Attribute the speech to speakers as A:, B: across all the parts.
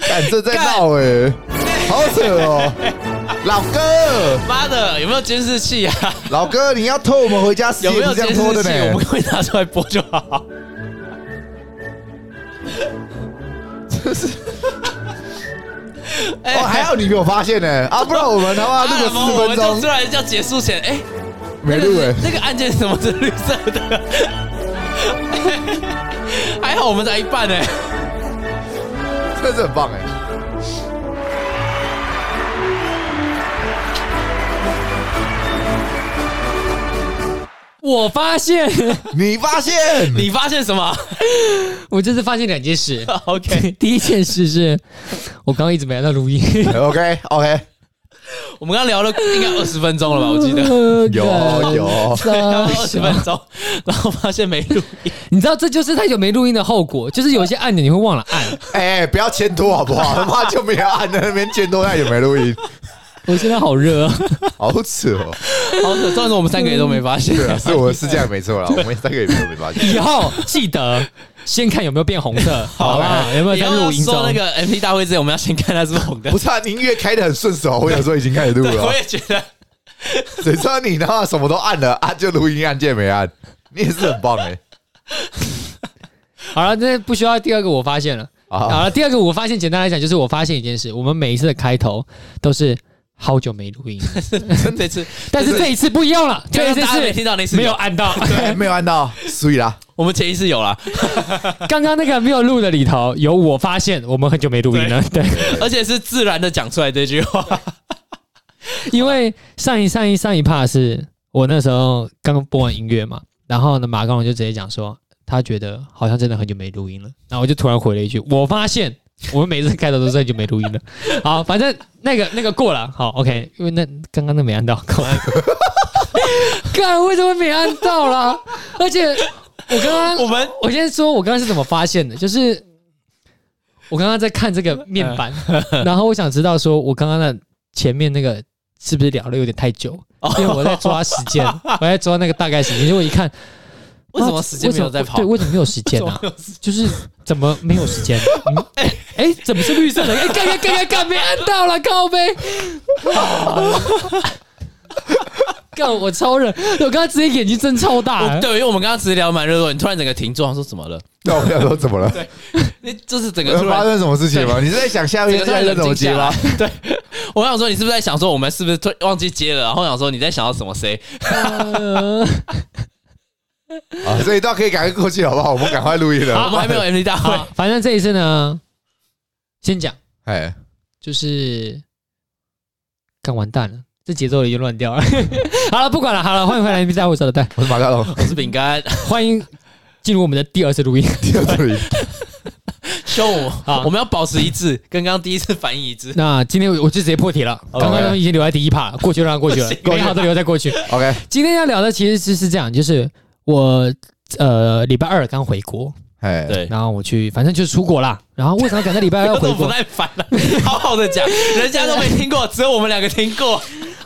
A: 干这在闹哎，好扯哦！老哥，
B: 妈的，有没有监视器啊？
A: 老哥，你要拖我们回家死
B: 有没
A: 也
B: 有
A: 不这
B: 监
A: 样
B: 视
A: 拖的
B: 器？我们
A: 呢，
B: 会拿出来播就好。 就是，哎
A: 哦，还好你没有发现呢， 啊，不然我们他妈录了
B: 啊
A: 四
B: 我
A: 分
B: 们就
A: 钟
B: 突然要结束前，哎，
A: 没
B: 那
A: 录哎
B: 个，那个按键怎么是绿色的？ 还好我们才一半呢。
A: 真的是很棒哎。
C: 我发现，
A: 你发现
B: 你发现什么
C: 我这次发现两件事。
B: ？OK，
C: 第一件事是，我刚刚一直没按到录音，
A: ？OK OK，
B: 我们刚刚聊了应 该二十分钟了吧？我记得。
A: 有有，
B: 聊了二十分 钟，然后发现没录音，
C: 你知道这就是太久没录音的后果，就是有一些按钮你会忘了按。
A: 哎，不要牵拖好不好？他妈就没有按在那边牵拖，那也没录音，
C: 我现在好热，
A: 好扯哦。
B: 好扯！虽然说我们三个也都没发现，
A: 对啊，是我是这样没错啦，我们三个也没有没发现。
C: 以后记得先看有没有变红 色，好吧？有没有
B: 以
C: 在
B: 后
C: 录音中
B: 说？那个 MP 大会之前，我们要先看它是不是啊红的
A: 不。是啊，你音乐开的很顺手，我想说已经开始录
B: 对，
A: 了
B: 我。也觉得
A: 谁知道你他妈什么都按了，按就录音按键没按，你也是很棒哎、
C: 好了，那不需要第二个我发现了。好
A: 啊，
C: 了，第二个我发现，简单来讲就是我发现一件事，我们每一次的开头都是好久没录音，
B: 这次，
C: 但是这一次不一 样了，这
B: 这
C: 一
B: 次
C: 次
B: 大家没
C: 是
B: 听到那次
C: 没有，按 到。
A: 对，没有按到，所以啦，
B: 我们前一次有啦，
C: 刚刚那个没有录的里头有我发现，我们很久没录音了，对，
B: 而且是自然的讲出来这句 话。
C: 因为上一上一上一趴是我那时候刚播完音乐嘛，然后呢马刚龙就直接讲说他觉得好像真的很久没录音了，然后我就突然回了一句，我发现我们每次开头都是很久没录 音了。好，反正那个那个过了，好 OK，因为那刚刚那没按到，够 了干为什么没按到啦？而且我刚刚
B: 我们
C: 我先说，我刚刚是怎么发现的，就是我刚刚在看这个面 板，然后我想知道说，我刚刚的前面那个是不是聊的有点太久，因为我在抓时 间，我在抓那个大概时间，结果一看，
B: 为什么
C: 啊
B: 时间没有在跑
C: 对，？ 为什么没有时间呢、啊？就是怎么没有时间？嗯 哎、怎么是绿色的？哎、干干干干干，没按到了，靠背。 干我超热，我刚刚直接眼睛睁超大、
B: 我对，因为我们刚刚只是聊得蛮热络，你突然整个停住，我说怎么了？
A: 那我想说怎么了？
B: 你就是整个突
A: 有发
B: 然，
A: 生什么事情吗？你是在想下
B: 整
A: 面
B: 个突
A: 下
B: 然
A: 面
B: 冷
A: 怎么
B: 静
A: 接
B: 下
A: 吗
B: 来？。对，我想说，你是不是在想说我们是不是突忘记接了？然后想说你在想要什么谁？
C: 呃
A: 啊，这一段可以赶快过去好不好？我们赶快录音了。
B: 我们还没有 MP 大会
C: 好，反正这一次呢，先讲
A: 哎，
C: 就是干完蛋了，这节奏已经乱掉了。 好了，不管了，好了，欢迎回来 M P 大会手的蛋，
A: 我是马卡龙，
B: 我是饼干，
C: 欢迎进入我们的第二次录音。
A: 第二组里
B: 凶我
C: 好，
B: 我们要保持一致，跟刚刚第一次反应一致。
C: 那今天我就直接破题了，
A: OK
C: 刚刚已经留在第一趴了，过去就让它过去了
B: 不行，
C: 美好的留在过去。
A: ，OK，
C: 今天要聊的其实是是这样，就是我呃礼拜二刚回国，
A: 哎，
B: 对，
C: 然后我去反正就是出国啦，然后为什么赶在礼拜二要
B: 有
C: 回
B: 种不
C: 国？
B: 耐烦了，好好的讲，人家都没听过，只有我们两个听过。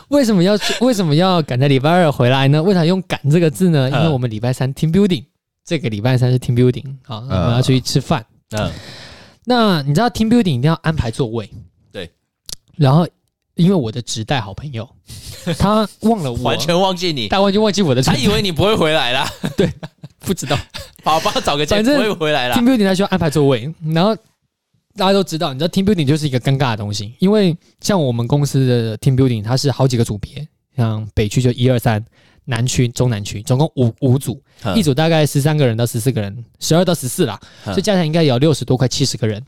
C: 为什么要为什么要赶在礼拜二回来呢？为啥用“赶”这个字呢？因为
B: 嗯
C: 我们礼拜三 team building，这个礼拜三是 team building，好，我们要出去吃饭。
B: 嗯，
C: 那你知道 team building 一定要安排座位，
B: 对。
C: 然后因为我的直带好朋友，他忘了我
B: 完，全忘记你，
C: 但完全忘记我的存
B: 他
C: 在，
B: 以为你不会回来啦，
C: 不知道
B: 好吧，找个借
C: 反
B: 口
C: 正
B: 不会回来啦
C: team。building 他需要安排座位，然后。大家都知道，你知道 team building 就是一个尴尬的东西，因为像我们公司的 team building，它是好几个组别，像北区就一二三，南区、中南区，总共五五组，
B: 嗯
C: 一组大概十三个人到十四个人，十二到十四啦，
B: 嗯
C: 所以加起来应该有六十多快七十个人。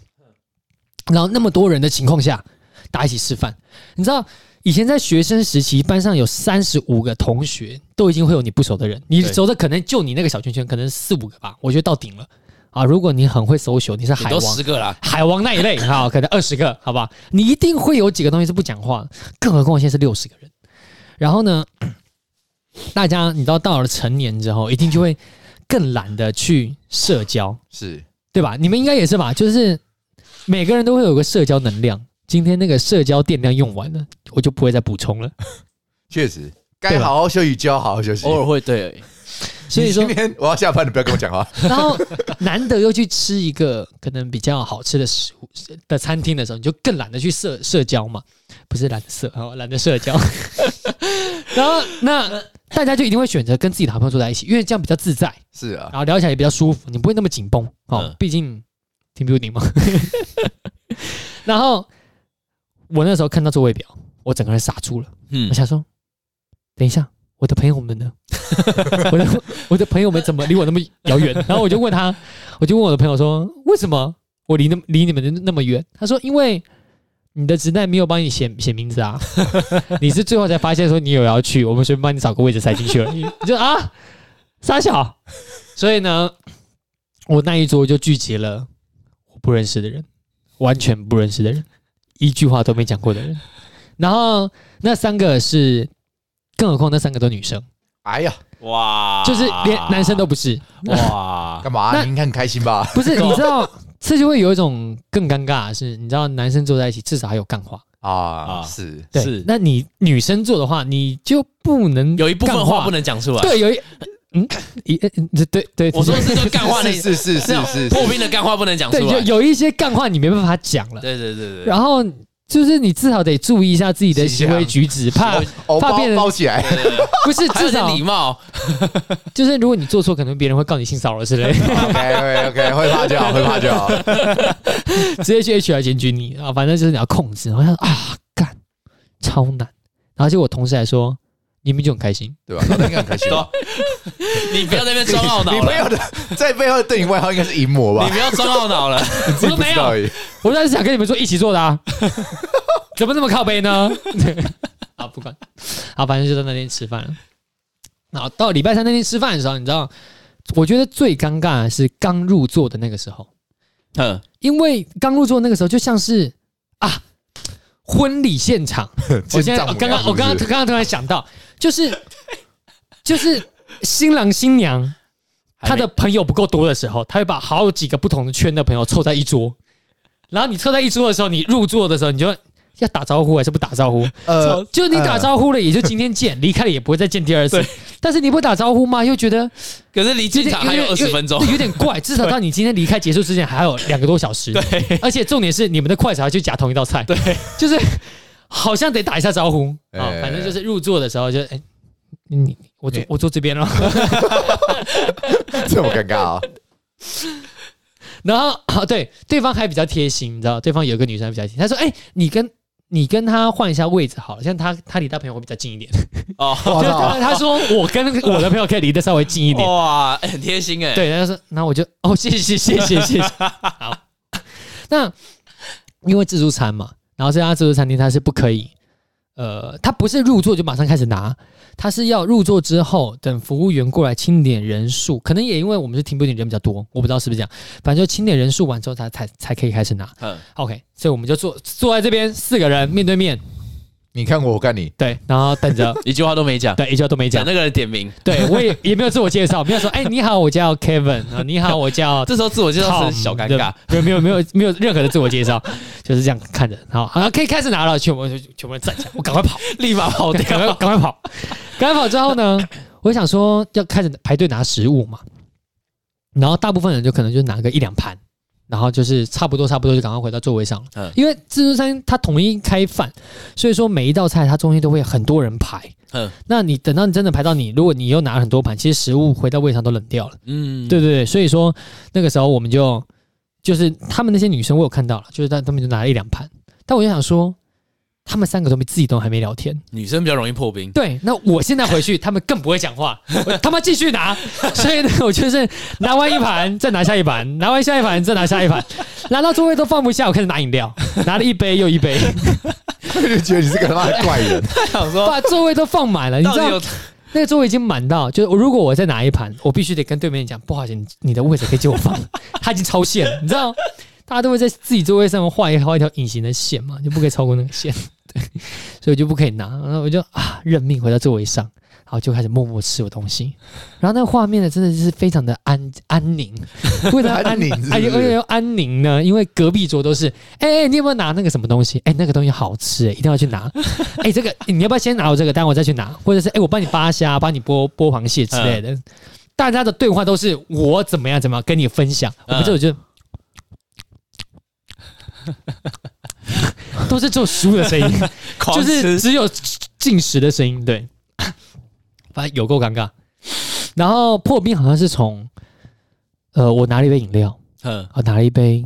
C: 然后那么多人的情况下，大家一起吃饭，你知道以前在学生时期，班上有三十五个同学，都已经会有你不熟的人，你
B: 对
C: 熟的可能就你那个小圈圈，可能四五个吧，我觉得到顶了啊。如果你很会 social，你是
B: 你
C: 海
B: 都
C: 王
B: 十。个啦，
C: 海王那一类， 好，可能二十个，好吧，你一定会有几个东西是不讲话的，更何况现在是六十个人。然后呢，大家你知道到了成年之后，一定就会更懒得去社交，
A: 是
C: 对吧？你们应该也是吧？就是每个人都会有个社交能量，今天那个社交电量用完了，我就不会再补充了。
A: 确实
C: 对
A: 该
C: 吧
B: 哦
A: 好好休息就要好好休息。
B: 偶尔会对，
C: 所以
A: 你
C: 说
A: 今，天我要下班，你不要跟我讲话。
C: 然后难得又去吃一个可能比较好吃的食物的餐厅的时候，你就更懒得去社社交嘛，不是懒得社，哦懒得社交。然后那大家就一定会选择跟自己的好朋友坐在一起，因为这样比较自在，
A: 是啊，
C: 然后聊起来也比较舒服，你不会那么紧绷哦
B: 嗯，
C: 毕竟 team building 嘛。 然后我那时候看到座位表，我整个人傻住了。
B: 嗯
C: 我，想说，等一下，我的朋友们呢？我的我的朋友们怎么离我那么遥远？然后我就问他，我就问我的朋友说，为什么我离那离你们那么远？他说，因为你的直男没有帮你写写名字啊，你是最后才发现说你有要去，我们随便帮你找个位置塞进去了，你你就啊傻小。所以呢，我那一桌就聚集了我不认识的人，完全不认识的人，一句话都没讲过的人，然后。那三个是，更何况那三个都女生，
B: 啊
A: 哎呀，
B: 哇，
C: 就是连男生都不是，
B: 哇，
A: 干嘛？
C: 那
A: 你应该很开心吧？
C: 不是，你 知道，这就会有一种更尴尬的是，你知道男生坐在一起至少还有干话，
A: 啊，
B: 啊
A: 是
C: 对，
B: 是
C: 那你女生做的话，你就不能
B: 有一部分
C: 干话
B: 话不能讲出来。
C: 对，有一 嗯一嗯对对，
B: 我说的是就干话那
A: 是是是是是
B: 破冰的干话不能讲出
C: 对，有
B: 来。
C: 有一些干话你没办法讲了，
B: 对对对对，
C: 然后就是你至少得注意一下自己的行为举止，怕
A: 是，哦
C: 怕
A: 包
C: 变成
A: 包起来，
B: 对对对
C: 不是
B: 还有
C: 至少
B: 点礼貌，
C: 就是如果你做错，可能别人会告你性骚扰之类的。
A: OK OK，会怕就好，会怕就好。
C: 直接去 HR 检举你啊，反正就是你要控制。然后他说啊，干，超难。然后结果我同事还说，你们就很开心，
A: 对吧？他应该很开心
B: 对
A: 吧
B: 吧。你不要在那边装懊恼
A: 你朋友
B: 了，
A: 的在背后对你外号应该是淫魔吧
B: 你？不要装懊恼了。
A: 你自己
C: 我说
A: 不知道而已。
C: 我当时想跟你们说一起做的啊， 怎么那么靠背呢？啊，不管，啊，反正就在那天吃饭了。然后到礼拜三那天吃饭的时候，你知道，我觉得最尴尬的是刚入座的那个时候，
B: 嗯，
C: 因为刚入座那个时候就像是啊婚礼现场。我现在我刚刚我刚刚刚刚突然想到，就是 就是新郎新娘他的朋友不够多的时候，他会把好几个不同的圈的朋友凑在一桌，然后你凑在一桌的时候，你入座的时候，你就要打招呼还是不打招呼？
A: 呃，
C: 就你打招呼了，也就今天见，离开了也不会再见第二次
B: 对。
C: 但是你不打招呼吗？又觉得
B: 可是离
C: 有
B: 进
C: 点
B: 场还有二十分钟
C: 有，点有点怪。至少到你今天离开结束之前还有两个多小 时。
B: 对，
C: 而且重点是你们的快炒还去夹同一道菜，对，就是好像得打一下招呼啊、
A: 哎
C: 反正就是入座的时候就哎、你我坐
A: 你
C: 我坐这边了，
A: 这么尴尬啊！
C: 然后啊对，对方还比较贴心，你知道，对方有一个女生还比较贴心，她说哎、你跟。你跟她换一下位置好了，像她她离她朋友会比较近一点。
B: 哦，
A: 我
C: 就是
A: 操
C: 她，她说我跟我的朋友可以离得稍微近一点。
B: 哇，哎很贴心哎，
C: 对，然后说，然后我就哦，谢谢谢谢谢谢谢谢，好。那因为自助餐嘛，然后这家自助餐厅它是不可以，呃，它不是入座就马上开始拿，它是要入座之后等服务员过来清点人数，可能也因为我们是停不点人比较多，我不知道是不是这样，反正就清点人数完之后才才才可以开始拿。
B: 嗯，，
C: OK，所以我们就坐坐在这边四个人面对面，
A: 你看我，我看你，
C: 对，然后等着
B: 一句话都没讲，
C: 对，一句话都没
B: 讲
C: 讲。
B: 那个人点名，
C: 对，我也也没有自我介绍，没有说，哎、你好，我叫 Kevin，啊，你好，我 叫
B: 这时候自我介绍是小尴尬，，
C: 没有没有没有没有任何的自我介绍， 就是这样看着，然后好啊可以开始拿了，全部人就全部人站起来，我赶快跑，
B: 立马跑
C: 赶快
B: 掉。
C: 赶快跑，赶快跑之后呢，我想说要开始排队拿食物嘛，然后大部分人就可能就拿个一两盘，然后就是差不多差不多就赶快回到座位上了，
B: 嗯
C: 因为自助餐它统一开饭，所以说每一道菜它中间都会很多人排，
B: 嗯
C: 那你等到你真的排到你，如果你又拿很多盘，其实食物回到位上都冷掉了。
B: 嗯，
C: 对对对，所以说那个时候我们就就是他们那些女生我有看到了，就是他他们就拿了一两盘，但我就想说，他们三个都没自己都还没聊天，
B: 女生比较容易破冰，
C: 对，那我现在回去他们更不会讲 话，我他妈继续拿，所以呢，我就是拿完一盘再拿下一盘，拿完下一盘再拿下一 盘，拿到座位都放不下，我开始拿饮料，拿了一杯又一 杯，
A: 我就觉得你是个他妈的怪人。
B: 想说
C: 把座位都放满了，你
B: 到
C: 知
B: 底
C: 道
B: 有
C: 那个座位已经满到，就是我如果我再拿一盘，我必须得跟对面讲，不好意思，你你的位置可以借我 放，他已经超限了，你知道，大家都会在自己座位上画一画一条隐形的线嘛，就不可以超过那个线， 对，所以我就不可以拿，然后我就啊认命回到座位上，然后就开始默默吃我东西，然后那个画面呢真的是非常的安安宁，为什么安
A: 安宁是不是
C: 哎呦哎呦安宁呢？因为隔壁桌都是，哎、哎，你有没有拿那个什么东西？哎、那个东西好吃、哎，一定要去拿。 哎、这
B: 嗯
C: 个你要不要先拿我这个，待会我再去拿，或者是哎、我帮你扒虾，帮你剥剥螃蟹之类的。大家的对话都是我怎么样怎么样跟你分享，我们
B: 嗯
C: 这种就是 都是只有食物的声音，
B: 狂
C: 就是
B: 吃
C: 只有进食的声音，对，反正有够尴尬。然后破冰好像是从，呃，我拿了一杯饮料，
B: 嗯，
C: 我拿了一杯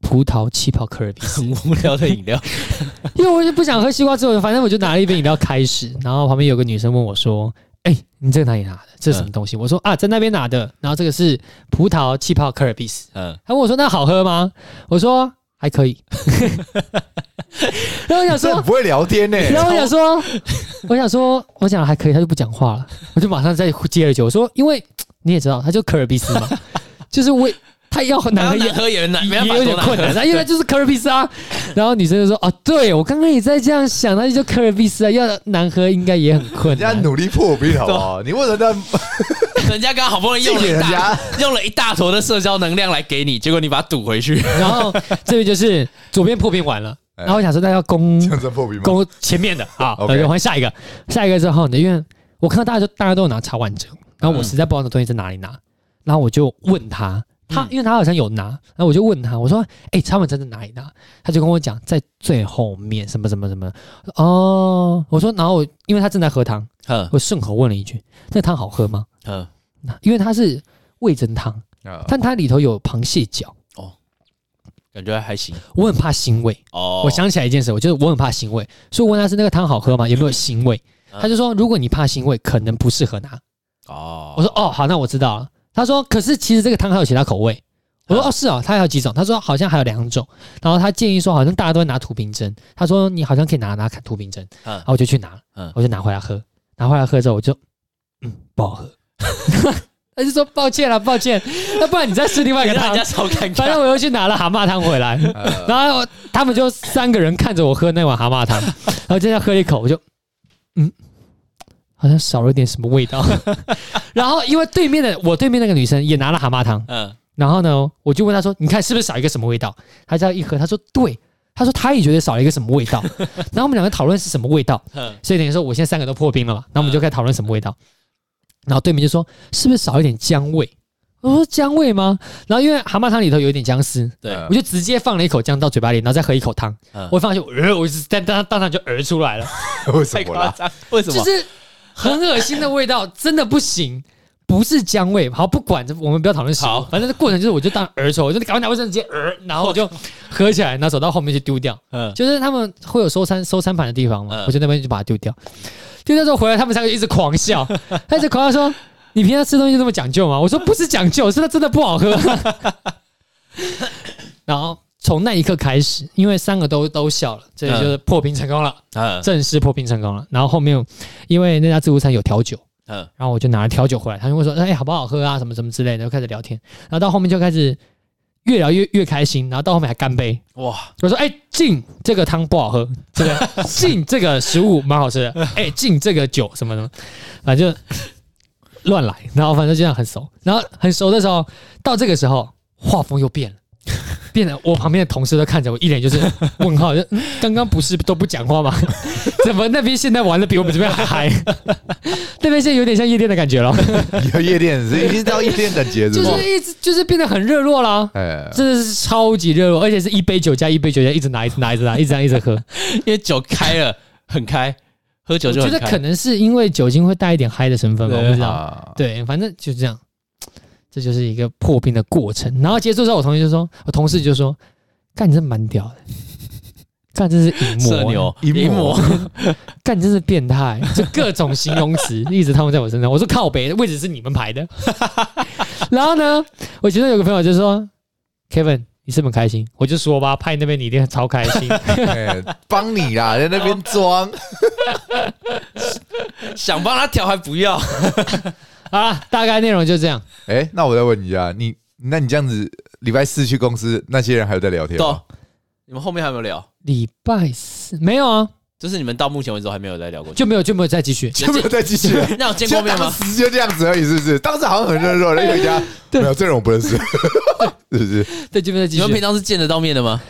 C: 葡萄气泡可乐冰，
B: 很无聊的饮料，
C: 因为我就不想喝西瓜汁，我反正我就拿了一杯饮料开始。然后旁边有个女生问我说：“哎、你这个哪里拿的？这是什么东西？”我说：“啊，在那边拿的。”然后这个是葡萄气泡可尔必斯。
B: 嗯，
C: 她问我说：“那好喝吗？”我说：“还可以。”然后我想
A: 这
C: 说
A: 很，不会啊聊天呢、
C: 然后我想说，我想说，我讲还可以，他就不讲话了，我就马上再接了酒。我说，因为你也知道，他就可尔必斯嘛，就是我他要很
B: 难
C: 难喝也
B: 喝也难，没办法
C: 也有
B: 多
C: 点
B: 难
C: 困难，
B: 喝
C: 他因为他就是可尔必斯啊。然后女生就说，哦，对我刚刚也在这样想，那就叫可尔必斯啊，要难喝应该也很困
A: 人家
C: 难。
A: 努力破冰好不好？ 你为什么
B: 人家刚好不容易用了
A: 敬
B: 一
A: 仰人
B: 大
A: 家
B: 用了一大坨的社交能量来给你，结果你把它堵回 去，
C: 然后这边就是左边破冰完了，
A: 哎
C: 然后我想说，那要攻
A: 这样子破冰吗？
C: 攻前面的啊，
A: OK
C: 然后就换下一个，下一个之后呢，因为我看到大家就大家都有拿茶碗蒸，然
A: 嗯
C: 后我实在不知道那东西在哪里拿，然后我就问他，他
B: 嗯
C: 因为他好像有拿，然后我就问他，我说，哎、茶碗蒸在哪里拿？他就跟我讲在最后面什么什么什么，哦，我说，然后我因为他正在喝汤，
B: 嗯
C: 我顺口问了一句，那汤好喝吗？
B: 嗯，
C: 那因为它是味增汤，
A: 啊
C: 但它里头有螃蟹脚，
B: 感觉还行
C: 我很怕腥味。
B: 哦。
C: 我想起来一件事，我就是我很怕腥味，所以我问他是那个汤好喝吗？有没有腥味？
B: 嗯
C: 他就说如果你怕腥味，可能不适合拿。
B: 哦，
C: 我说哦，好，那我知道了。他说可是其实这个汤还有其他口味。我说
B: 嗯
C: 哦是哦，它还有几种？他说好像还有两种。然后他建议说好像大家都会拿土瓶蒸，他说你好像可以拿拿看土瓶蒸。
B: 嗯
C: 然后我就去拿，
B: 嗯
C: 我就拿回来喝，拿回来喝之后我就嗯不好喝， 他就说抱歉了，抱歉，那不然你再试另外一个
B: 让
C: 汤
B: 人家。超尴
C: 反
B: 尬，
C: 正我又去拿了蛤蟆汤回来。
A: 呃
C: 然后他们就三个人看着我喝那碗蛤蟆汤，然后就这样喝了一口，我就嗯，好像少了一点什么味道。然后因为对面的我对面那个女生也拿了蛤蟆汤，
B: 嗯
C: 然后呢，我就问她说：“你看是不是少一个什么味道？”她这样一喝，她说：“对。”她说她也觉得少了一个什么味道。然后我们两个讨论是什么味道，
B: 嗯
C: 所以等于说我现在三个都破冰了嘛，那我们就开始讨论什么味道。然后对面就说是不是少一点姜味？
B: 嗯
C: 我说姜味吗？然后因为蛤蟆汤里头有一点姜丝，
B: 对
A: 呃
C: 我就直接放了一口姜到嘴巴里，然后再喝一口汤，
B: 嗯，
C: 我放下去，呃，我是当当当场就呃出 来了，
A: 为什
B: 太
A: 么
B: 夸
A: 啦？
B: 张，为什
C: 就
B: 么？
C: 是很恶心的味道，真的不行，不是姜味。好，不管这，我们不要讨论食物
B: 好，
C: 反正这过程就是我就当呃出来，我就赶快拿卫生纸直接呃，然后我就合起来，然后走到后面去丢掉。
B: 嗯
C: 就是他们会有收餐收餐盘的地方嘛，
B: 嗯
C: 我就那边就把它丢掉。丢掉之后回来，他们三个就一直狂 笑，他一直狂笑说：“你平常吃东西这么讲究吗？”我说：“不是讲究，是它真的不好喝。” 然后从那一刻开始，因为三个都都笑了，这也就是破冰成功了，
B: 嗯
C: 正式破冰成功了。然后后面因为那家自助餐有调酒，
B: 嗯
C: 然后我就拿了调酒回来，他就会说：“哎、好不好喝啊？什么什么之类的。”就开始聊天，然后到后面就开始越聊越越开心，然后到后面还干杯。
B: 哇，
C: 我说：“哎、敬这个汤不好喝，这个敬这个食物蛮好吃的，哎、敬这个酒什么的，反正就乱来。然后反正就这样很熟，然后很熟的时候，到这个时候画风又变了，变得我旁边的同事都看着我，一脸就是问号，就嗯刚刚不是都不讲话吗？ 怎么那边现在玩的比我们这边还嗨？ 那边现在有点像夜店的感觉了，
A: 有夜店是已经到夜店等级了，
C: 就是
A: 吗？
C: 一直就是变得很热络啦。”
A: 哎，
C: 真的是超级热络，而且是一杯酒加一杯酒加一直拿一直拿一直拿一直拿一直喝，
B: 因为酒开了很开，喝酒
C: 我
B: 就
C: 觉
B: 很
C: 得
B: 开
C: 可能是因为酒精会带一点嗨的成分吧，我
B: 对
C: 不知道。
A: 啊，
C: 对，反正就这样，这就是一个破冰的过程。然后结束之后，我同学就说，我同事就说：“干，你真蛮屌的，干真是淫魔、
B: 社牛
A: 淫魔，
C: 干你真是变态，就各种形容词 一直套用在我身上。我说靠北，位置是你们排的。 然后呢，我其中有个朋友就说：“Kevin，你是不是很开心？”我就说吧，派那边你一定超开心。
A: 哎帮你啦，在那边装，
B: 想帮他调还不 要，
C: 啊，大概内容就这样。
A: 哎，那我再问你一下，你那你这样子礼拜四去公司，那些人还有在聊天吗？
B: 懂？你们后面还有没有聊？
C: 礼拜四没有啊，
B: 就是你们到目前为止都还没有再聊过，
C: 就没有就没有再继续。
A: 就没有再继续了。
B: 那有见过面
A: 就
B: 吗
A: 当？时就这样子而已，是不是？当时好像很热络，那回家没有这种我不认识，是不是？
C: 对，就没有再继
B: 你们平
C: 续。
B: 常是见得到面的吗？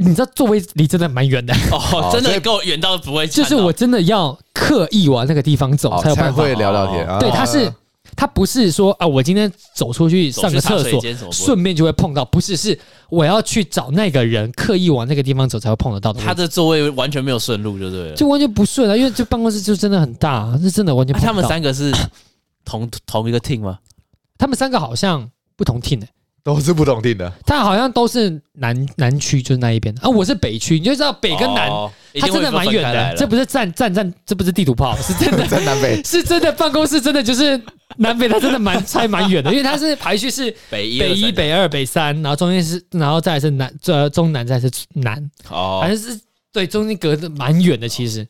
C: 你知道座位离真的 蛮远的，
B: 哦，
A: 哦
B: 真
A: 所
B: 的
A: 以
B: 够远到不会看
C: 就
B: 到，
C: 是我真的要刻意往那个地方走
A: 好
B: 哦
C: 才有
A: 才
C: 办法。
A: 会聊聊天啊。
C: 对，它是他不是说啊，我今天走出去上个厕所，
B: 顺
C: 顺便就会碰到，不是，是我要去找那个人，刻意往那个地方走才会碰得到的。
B: 他的座位完全没有顺路，就对了。
C: 就完全不顺啊，因为这办公室就真的很大、啊，是真的完全
B: 啊
C: 碰不到、
B: 他们三个是同同一个 team 吗？
C: 他们三个好像不同 team 诶、
A: 都是不懂定的，
C: 他好像都是南南区，就是那一边的啊。我是北区，你就知道北跟南，
B: 哦一
C: 它
B: 定会
C: 真的蛮
B: 分
C: 远
B: 开来
C: 的。
B: 了
C: 这不是站站站，这不是地图炮，是真的
A: 在南北
C: 是真的办公室真的就是南北，它真的蛮差蛮远的，因为它是排序是
B: 北一
C: 北一、北二、北三，然后中间是，然后再来是南，呃，中南再来是南，反
B: 哦，
C: 正是对中间隔得蛮远的。其实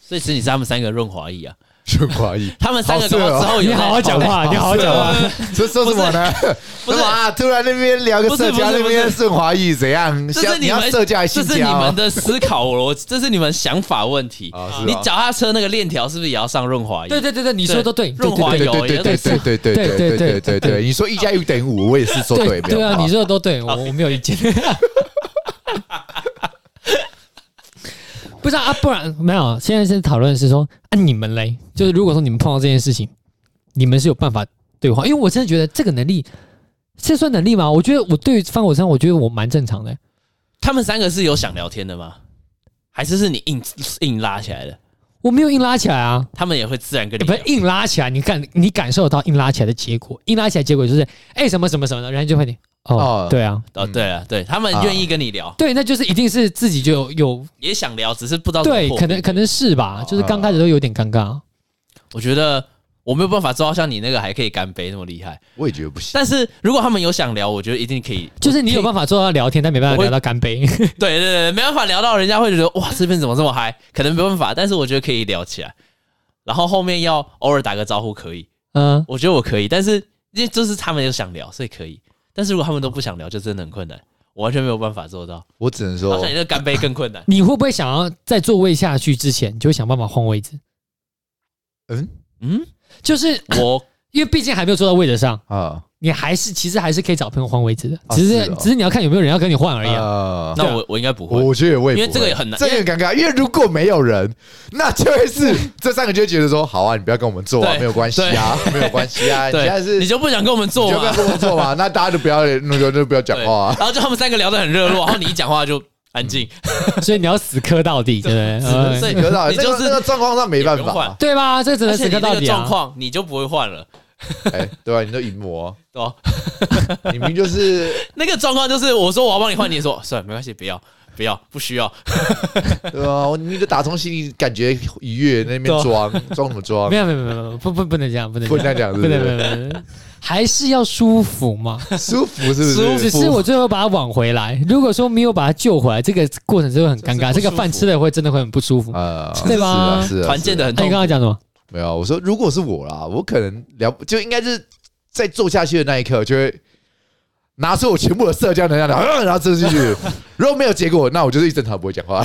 B: 所以其实你是他们三个润滑液啊，
A: 顺滑液，
B: 他们三个
A: 好色
B: 搞不好
A: 哦
B: 之后有
C: 你好好讲话，你好好讲话。
B: 哦
A: 这说什么呢？
B: 不
A: 什么
B: 是
A: 啊？突然那边聊个
B: 不是
A: 社交，
B: 不是
A: 那边顺滑液怎样？
B: 这是
A: 想你
B: 你
A: 要
B: 们
A: 社交还性
B: 这是你
A: 交
B: 们
A: 啊？
B: 的思考逻辑，这是你们想法问题。
A: 啊是哦
B: 你脚踏车那个链条是不是也要上润滑液？
C: 对对对对，你说的都对，
B: 润滑
A: 对
B: 油
A: 对对对对对对对对对对对，你说一加一等于五，我也是说
C: 对
A: 对，没有
C: 对啊，
A: 错
C: 你说的都对，我我没有意见。 不是啊啊，不然没有。现在是讨论是说啊，你们嘞，就是如果说你们碰到这件事情，你们是有办法对话，因为我真的觉得这个能力，这算能力吗？我觉得我对于放我身上，我觉得我蛮正常的、
B: 他们三个是有想聊天的吗？还是是你硬硬拉起来的？
C: 我没有硬拉起来啊，
B: 他们也会自然跟你
C: 不
B: 聊
C: 是硬拉起来，你感你感受到硬拉起来的结果，硬拉起来的结果就是哎、什么什么什么的，然后就会你哦
A: 哦，
C: 对啊，
B: 哦，对了，对他
A: 啊
B: 们愿意跟你聊，
C: 对，那就是一定是自己就有有
B: 也想聊，只是不知道怎么
C: 对，
B: 破
C: 可
B: 冰
C: 能可能是吧，就是刚开始都有点尴尬。
B: 我觉得我没有办法做到像你那个还可以干杯那么厉害。
A: 我也觉得不行。
B: 但是如果他们有想聊，我觉得一定可以。
C: 就是你有办法做到聊天，但没办法聊到干杯。
B: 对对对，没办法聊到人家会觉得哇，这边怎么这么嗨？可能没办法，但是我觉得可以聊起来。然后后面要偶尔打个招呼可以，
C: 嗯，。
B: 我觉得我可以，但是因为就是他们有想聊，所以可以。但是如果他们都不想聊，就真的很困难，我完全没有办法做到。
A: 我只能
B: 好
A: 说
B: 像，你的干杯更困难
C: 你会不会想要在座位下去之前，你就会想办法换位置？
A: 嗯
B: 嗯，
C: 就是
B: 我
A: 哦
C: 因为毕竟还没有坐到位置上，
A: 啊，
C: 你还是其实还是可以找朋友换位置的，
A: 啊
C: 只是
A: 是哦
C: 只是你要看有没有人要跟你换而已啊。
A: 呃
B: 那我我应该不会，
A: 我觉得我也不会
B: 因为这个也很难
A: 这个很尴尬。因为如果没有人，那就会 是这三个就会觉得说，好啊，你不要跟我们做啊，
B: 对
A: 没有关系啊，没有关系啊。你现在
B: 对，
A: 是
B: 你就不想跟我们
A: 你
B: 做
A: 就不
B: 嘛
A: 要？跟我们做 嘛，那大家就不要那个就不要讲
B: 对，
A: 话啊。
B: 然后就他们三个聊得很 热络，然后你一讲话就安静，
C: 所以你要死磕到 底，对不
B: 只能
C: 对
B: 所
C: 嗯？
B: 以
A: 你知道
B: 你啊就是
A: 那个那个状况上没办
B: 也不用
A: 法啊
B: 换，
C: 对吧？这只能
B: 而且
C: 死
B: 你
C: 磕
B: 那
C: 到
B: 个
C: 底
B: 状
C: 啊！
B: 况你就不会换了，
A: 哎，对吧？你就淫魔，
B: 对吧？
A: 啊 你明明就是
B: 那个状况就是我说我要帮你换，你说哦算了，没关系，不要。不要，不需要。
A: 对吧？我你就打从心里感觉愉悦，在那
B: 啊
A: 边装装什么装
C: 没？有没有没有没有，不不不能这样，不能
A: 不能这样
C: 不
A: 是
C: 能
A: 不
C: 不
A: 是
C: 能不能，不能还是要舒服嘛。
A: 舒服是不是？
C: 只是我最后把它挽回来。如果说没有把它救回来，这个过程就会很尴
B: 就是不舒
C: 尬，
B: 服
C: 这个饭吃了会真的会很不舒服。
A: 啊，
C: 对
A: 是
C: 吧
A: 啊，是啊，
B: 团建
A: 是啊
B: 的很
C: 那
B: 痛
C: 你
B: 苦哦
C: 刚，刚讲什么？
A: 没有，我说如果是我啦，我可能聊就应该是在做下去的那一刻，就会拿出我全部的社交能量，然 后然后这进去。如果没有结果，那我就是一整场不会讲话，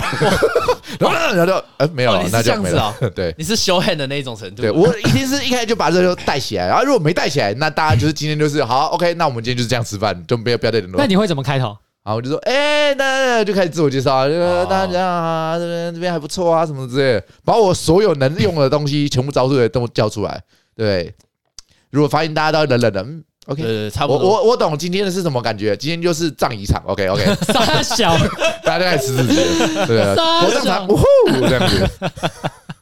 A: 然后然后就呃没有
B: 哦
A: 了
B: 你，是
A: 那
B: 这
A: 就
B: 样
A: 没
B: 子
A: 了
B: 哦。
A: 对
B: 你是 show hand 的那一种程度。
A: 对，我一定是一开始就把这个带起来，然啊后如果没带起来，那大家就是今天就是好 OK，那我们今天就是这样吃饭，就不要不要再联络
C: 那。你会怎么开头？
A: 然后我就说，哎，那那就开始自我介绍啊，
B: 哦
A: 呃大家这样啊，这边这边还不错啊，什么之类的，把我所有能用的东西全部招出来，都叫出来。对，如果发现大家都冷冷的，嗯
B: 对
A: ，OK，
B: 对，对差
A: 我
B: 不多。
A: 我我懂今天的是什么感觉，今天就是葬仪场，OK OK，
C: 傻小，
A: 大家都开始吃自己的，对啊，
C: 撒
A: 火葬场，
C: 手
A: 呜呼，这样子。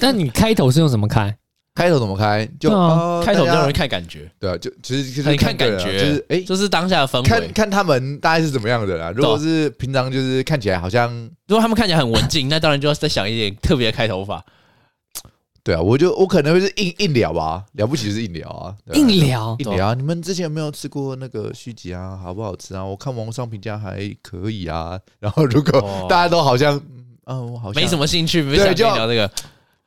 C: 那你开头是用什么开？
A: 开头怎么开？就
C: 对啊
A: 哦
B: 嗯开头比
A: 大
B: 较
A: 家
B: 容易看感觉，
A: 对啊，就其实就是
B: 很看
A: 个
B: 感
A: 人啊
B: 觉，
A: 就是哎，
B: 就是当下的氛
A: 看
B: 围。
A: 看他们大概是怎么样的啦。如果
B: 对
A: 是平常就是看起来好像
B: 如果他们看起来很文静，那当然就要再想一点特别的开头法。
A: 对啊，我就我可能会是硬硬聊吧，了不起就是硬聊啊，对啊
C: 硬聊，
A: 硬聊啊。你们之前有没有吃过那个续集啊？好不好吃啊？我看网上评价还可以啊。 然后如果
B: 哦
A: 大家都好像，嗯嗯，我好像
B: 没什
A: 么。
B: 么兴趣，没想跟你
A: 就
B: 聊这个。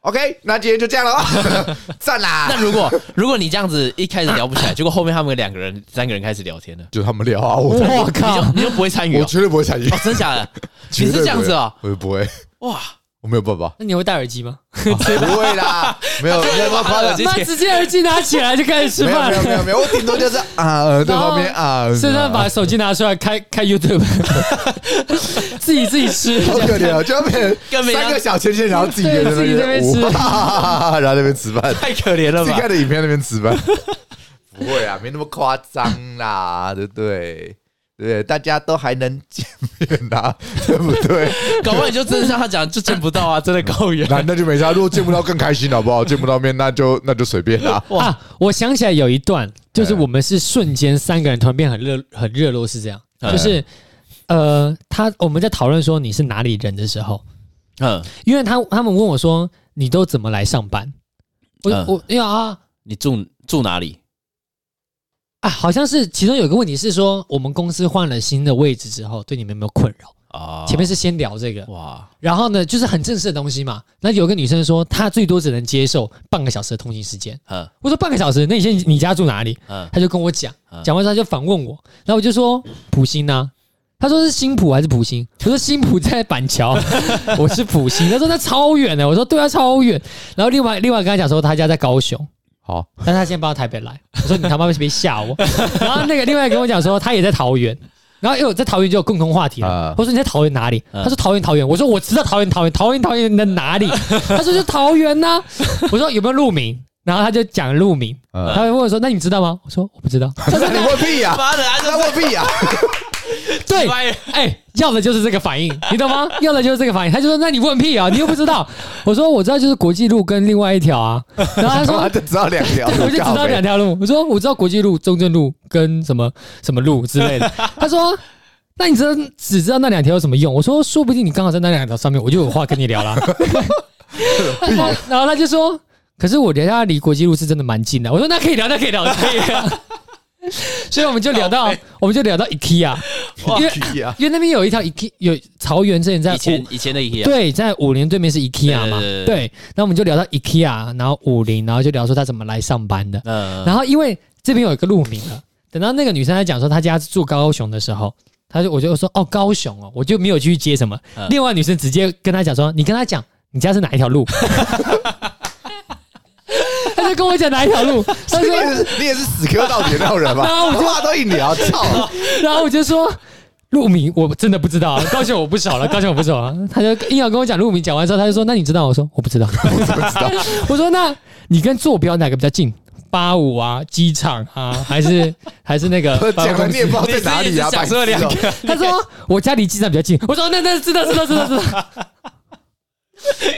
A: OK，那今天就这样了 哦，赞啦！
B: 那如果如果你这样子一开始聊不起来，结果后面他们两个人、三个人开始聊天了，
A: 就他们聊啊，我
C: 我
B: 你
C: 靠，
B: 就！你就不会参与
A: 我
B: 哦？
A: 绝对不会参与
B: 哦，真假的？
A: 绝
B: 你
A: 对
B: 是这样子啊？
A: 不会，我不会。
B: 哇，
A: 我没有办法
C: 那你会戴耳机吗？
A: 不会啦，
B: 啊
A: 没有没有那么夸张
B: 耳，机
C: 妈
B: 前
C: 直接耳机拿起来就开始吃
A: 没有
C: 饭
A: 没有没
C: 了，
A: 有没有，我顶多就是啊呃在旁边啊，
C: 甚至把手机拿出来开开 YouTube，自己自己吃。
A: 好可怜啊，就被 人
B: 更没
A: 三个小圈圈，然后自己在那
C: 对自己在那边吃
A: 哇然后在那边吃 饭，
B: 太可怜了
A: 自己
B: 吧？
A: 看的影片在那边 吃饭，不会啊，没那么夸张啦，对不对？对不对，大家都还能见面啊，对不 对？
B: 搞不好你就真的像他讲，就见不 到啊，真的高远。
A: 那那就没差，如果见不到更开心，好不好？见不到面那就那就随便啦。
C: 啊！我想起来有一段，就是
A: 哎
C: 我们是瞬间三个人突然变很热很热络，是这样，
B: 哎
C: 就是呃，他我们在讨论说你是哪里人的时候，
B: 嗯，
C: 因为他他们问我说你都怎么来上班，我、
B: 嗯
C: 我因为啊
B: 你住住哪里？
C: 啊，好像是其中有一个问题是说我们公司换了新的位置之后，对你们有没有困扰？
B: 啊，
C: 前面是先聊这个，
B: 哇，
C: 然后呢就是很正式的东西嘛。那有个女生说她最多只能接受半个小时的通勤时间，
B: 嗯
C: 我说半个小时，那你先你家住哪里？
B: 嗯
C: 他就跟我讲
B: 嗯，
C: 讲完之后他就反问我，然后我就说普星呢、他说是新浦还是普星？我说新浦在 板桥，我是普星。他说那超远的，我说对啊，超远。然后另外另外跟他讲说他家在高雄，
A: 好，
C: 但是他现在搬到台北来。我说你他妈别吓我。 然后那个另外跟我讲说他也在桃园，然后因为我在桃园就有共同话题了
A: 啊。
C: 我说你在桃园哪里？
B: 嗯
C: 他说桃园桃园。我说我知道桃园桃园桃园桃园的哪里？他说就桃园呐、我说有没有路名？然后他就讲路名，
A: 嗯
C: 他会问我说：“那你知道吗？”我说：“我不知道。
A: 那你问屁呀？
B: 妈的，他
A: 那问 屁呀？
C: 对，
B: 对，
C: 哎、要的就是这个反应，你懂吗？ 要的就是这个反应。他就说：“那你问屁啊，你又不知道。”我说：“我知道，就是国际路跟另外一条啊。”然后
A: 他
C: 他
A: 妈
C: 说
A: 就知道两 条，：“
C: 我就知道两条路。”我说：“我知道国际路、中正路跟什么什么路之 类的。”他说。那你知道只知道那两条有什么用？我说，说不定你刚好在那两条上面，我就有话跟你 聊啦。然后然后他就说，可是我聊他离国际路是真的蛮近的。我说那可以聊，那可以聊，可以聊。 所以我们就聊到，我们就聊到 IKEA，
B: 哇
C: 因为
A: 屁呀！
C: 因为那边有一条 IKEA，有桃园之前在
B: 以前以前的一样，
C: 对，在五林对面是 IKEA 嘛，
B: 对对对
C: 对，那我们就聊到 IKEA，然后五林，然后就聊说他怎么来上班的，
B: 嗯
C: 然后因为这边有一个路名了，等到那个女生在讲说她家住高雄的时候，她就我就说哦高雄哦，我就没有去接什么，
B: 嗯
C: 另外女生直接跟她讲说，你跟她讲你家是哪一条路。 她就跟我讲哪一条路，她
A: 你
C: 说
A: 也是你也是死磕到 底的那种人吧？
C: 然后我就
A: 话都硬聊，操！
C: 然后我就说路名我真的不知道啊，高雄我不熟了，高雄我不熟啊。他就硬要跟我讲路名，讲完之后他就说：“那你知道吗？”我说：“我不知道。”我不知道。我说：“那你跟坐标哪个比较近？八五啊，机场啊，还是还是 那个 百货
A: 讲了
C: 公
A: 面
C: 司
A: 包在哪里啊？
B: 你是一直
A: 白
B: 想
A: 痴
B: 说两
A: 哦！
B: 个？”
C: 他说：“我家离机场比较近。” 我说：“那那知道知道知道知道。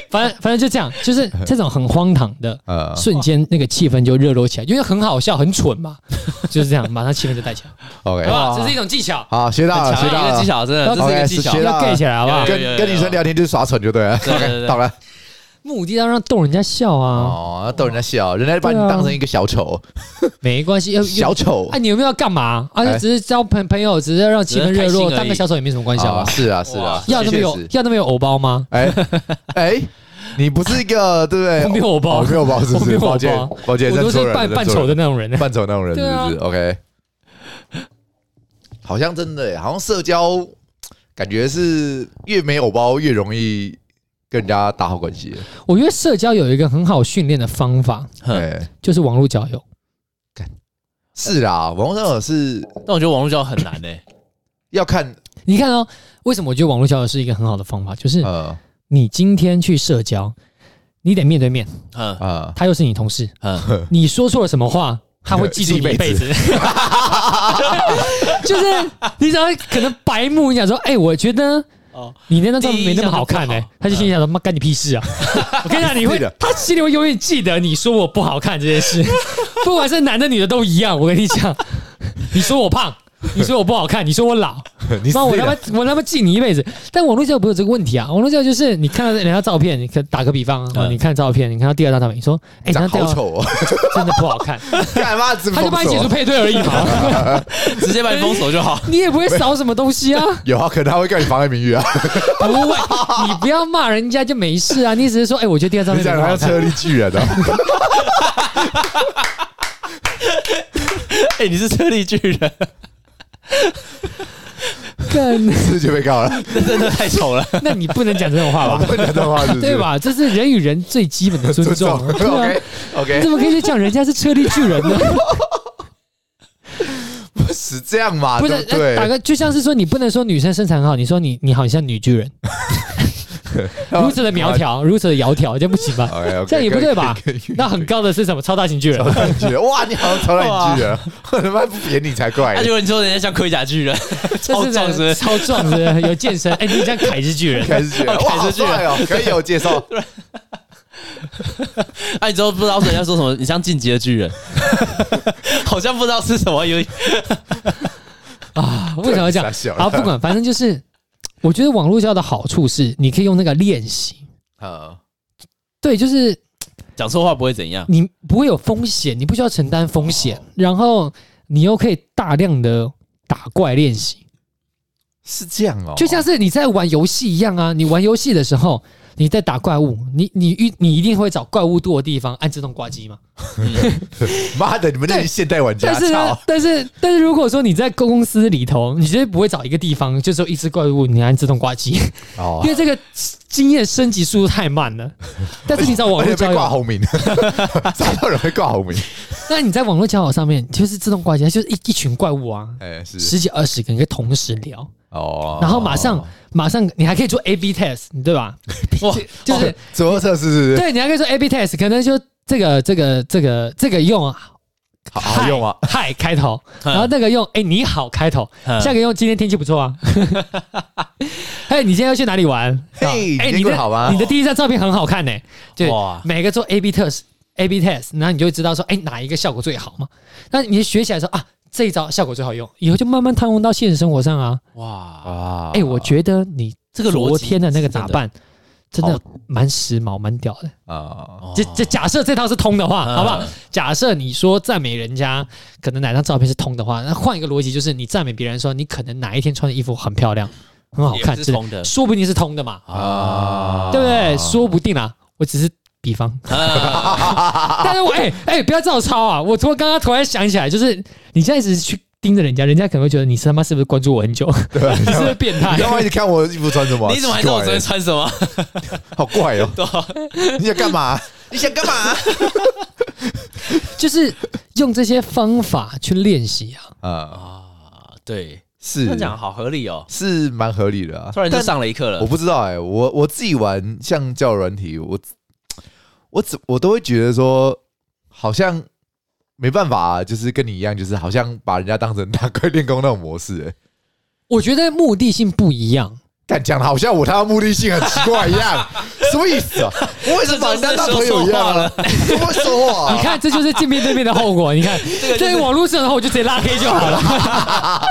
C: 反正反正就这样，就是这种很荒唐的。
A: 呃，
C: 瞬间那个气氛就热络起来，因为很好笑、很蠢嘛， 就是这样，马上气氛就带起来，
A: OK，
C: 好不好？这是一种技巧，
A: 好，学到了，
B: 强啊
A: 学到
B: 一个技
A: 了。
B: 巧，真的，这是一
A: OK，
B: 个技巧
A: 学。到
C: 要 gay 起
A: 了。
C: 来，好不好？
B: 有有
A: 跟
B: 有
A: 跟女生聊天就是耍蠢就对了
B: 对对对
A: ，OK，
B: 嗯
A: 懂了。
C: 目的要让逗人家笑啊，
A: 哦，那逗人家笑，人家把你
C: 对啊
A: 当成一个小丑，
C: 没关系，要
A: 小丑
C: 哎，。你有没有要干嘛？啊，
A: 哎
C: 就只是交朋朋友，只是要让气氛
B: 只
C: 热
B: 是开心
C: 络，
B: 而已
C: 当个小丑也没什么
B: 哎
C: 关系
A: 啊
C: 啊。
A: 是啊，是啊
B: 哇，
C: 要那么有
A: 确实
C: 要那么有偶包吗？
A: 哎哎，你不是一个对不对？
C: 我没有偶包
A: 哦没有包，是
C: 我
A: 不是？
C: 没有
A: 抱歉
C: 包，
A: 抱歉，
C: 我都
A: 认错
C: 是
A: 人
C: 扮
A: 认
C: 扮
A: 错
C: 丑
A: 人
C: 的那种人。
A: 扮丑那种人，
C: 对
A: 是
C: 啊
A: 不是？OK，好像真的耶，好像社交感觉是越没偶包越容易跟人家打好关系。
C: 我觉得社交有一个很好训练的方法，
B: 嗯
A: 哎，
C: 就是网络交友。
A: 是啊，网络上友是
B: 但我觉得网络交友很难欸诶，
A: 要看
C: 你看哦，为什么我觉得网络交友是一个很好的方法？就是
A: 呃
C: 你今天去社交，你得面对面，
B: 嗯
A: 呃，
C: 他又是你同事，
B: 嗯，
C: 你说错了什么话，他会呃记住你一辈子。 就是你只要可能白目，你想说，哎、我觉得
B: 哦，
C: 你那张照片没那么好看呢、欸
B: 第一印象就不好
C: 他就心里想说，妈干你屁事啊！我跟你讲，你会
A: 是的，
C: 他心里会永远记得你说我不好看这件事， 不管是男的女的都一样。我跟你讲， 你说我胖，你说我不好看，你说我老，
A: 你
C: 妈我
A: 是
C: 他妈我他妈记你一辈子。但网络交友不是有这个问题啊，网络交友就是你看到人家照片，你看打个比方啊，
B: 嗯
C: 你看照片，你看到第二张照片，你说，哎、你
A: 长
C: 看到
A: 好
C: 第二张
A: 丑哦，
C: 真的不好看，
A: 干嘛只
C: 他就帮你解除配对而已嘛，
B: 直接把你封锁就好。
C: 你也不会少什么东西啊。
A: 有啊，可能他会告你妨碍名誉 啊，
C: 不会，你不要骂人家就没事啊。你只是说，哎、我觉得第二张
A: 你
C: 没
A: 讲
C: 很
A: 他要
C: 好看。
A: 车力巨人啊，
B: 哎，你是车力巨人，
C: 干，
A: 是不是就被告了？
B: 这真的太丑了。
C: 那你不能讲这种话
A: 我
C: 吧？
A: 不能讲这话，是不是？
C: 对？吧？这是人与人最基本的尊
A: 尊
C: 重。对啊，
A: OK
C: 你
A: OK，
C: 怎么可以讲人家是车力巨人呢？
A: 不是这样嘛？
C: 不
A: 对，
C: 是
A: 不
C: 呃
A: 啊对
C: 打，个就像是说，你不能说女生身材很好，你说你你好像女巨人，
A: 啊
C: 如此的苗条，如此的窈窕，这样不行吧？
A: 哦 OK，OK，
C: 这样也不对吧
A: 可以？可以可以
C: 那很高的是什么？超大型巨人
A: 超。烂巨 人，哇！你好像超烂巨人， 我他妈不扁你才怪
B: 啊那。如果你说人家像盔甲巨人，超
C: 这
B: 壮是不
C: 是
B: 是
C: 超壮是不是有健身。哎、你像凯是 巨人，
A: 开始巨 人，
B: 哦
A: 哇，
B: 凯
A: 好
B: 是巨人
A: 帅哦！可以有介绍，
B: 哎，你知道不知道人家说什么？你像进阶巨人， 好像不知道是什么，有
C: 啊？为什么要这
A: 傻？
C: 样
A: 笑
C: 啊，不管，反正就是，我觉得网络教的好处是，你可以用那个练习，
A: 啊，
C: 对，就是
B: 讲错话不会怎样。
C: 你不会有风险，你不需要承担风险，
A: 哦
C: 然后你又可以大量的打怪练习，
A: 是这样哦，
C: 就像是你在玩游戏一样啊。你玩游戏的时候，你在打怪物，你你遇你一定会找怪物多的地方按自动挂机嘛。
A: 妈的，你们那些现代玩家，
C: 但是呢
A: 操，，
C: 但是但是如果说你在公司里头，你绝对不会找一个地方就只有一只怪物，你按自动挂机，因
A: 哦，
C: 为这个经验升级速度太 慢了。但是你在网
A: 而
C: 络
A: 且被
C: 交
A: 挂
C: 友，
A: 红 名， 找到人会挂红名，
C: 那你在网络交友上面就是自动挂机，它就是一一群怪物啊，
A: 哎，是
C: 十几二十个人可以同时聊，
A: 哦，
C: 然后马上马上你还可以做 A B test，对吧？
B: 哇，
C: 就是
A: 左右测试是不是
C: 对，你还可以做 A B test，可能就这个这个这个这个用啊
A: 好好用啊？嗯
C: 嗨开头，然后那个用哎你好开头，
B: 嗯
C: 下个用今天天气不 错啊。嘿，你今天要去哪里玩？
A: 嘿
C: 哎，
A: 你今天
C: 你
A: 过
C: 的
A: 得好啊吗
C: 你的第一张照片很好看呢、对
B: 哇，
C: 每个做 A B test A B test，然后你就会知道说，哎，哪一个效果最好嘛？那你学起来说啊，这一招效果最好用，以后就慢慢套用到现实生活上啊。
B: 哇，
A: 啊，
C: 哎、我觉得你
B: 这个逻辑
C: 昨天的那个打扮。真的
B: 哦
A: 好
C: 蛮时髦，蛮屌的。
A: 啊，
C: 这这假设这套是通的话，
B: 嗯
C: 好不好？假设你说赞美人家，可能哪张照片是通的话，那换一个逻辑，就是你赞美别人说你可能哪一天穿的衣服很漂亮，很好
B: 也，
C: 看
B: 是
C: 之类
B: 通的
C: 说不定是通的嘛，
A: 啊
C: 对不对？说不定啊，我只是比方。
B: 嗯啊
C: 但是我哎哎、不要照抄啊！我突然刚刚突然想起来，就是你现在一直去盯着人家，人家可能会觉得你是他妈是不是关注我很久？
A: 对
B: 啊
A: 吧？
C: 你 是不是变态
A: 你？刚刚一直看我衣服穿什 么？
B: 你怎么还知道我
A: 奇
B: 昨
A: 怪欸
B: 天穿什么？
A: 好怪哦！
B: 对啊
A: 你想干嘛？你想干嘛？
C: 就是用这些方法去练习啊。
A: 啊，
B: 啊， 对，这
A: 是
B: 样讲好合理哦。
A: 是蛮合理的啊。
B: 突然就
A: 但
B: 上了一课了
A: 我，不知道哎、我我自己玩像教软体，我我只我都会觉得说，好像没办法、啊，就是跟你一样，就是好像把人家当成打怪练功那种模式、欸。
C: 我觉得目的性不一样，
A: 但讲的好像我他妈目的性很奇怪一样， 什么意思啊？我为什么把人家当朋友一样啊？怎么说话、
C: 你
A: 啊？
C: 看这就是见面对面的后 果。你看，
B: 个就是
C: 在网络上的话，我就直接拉黑就好了。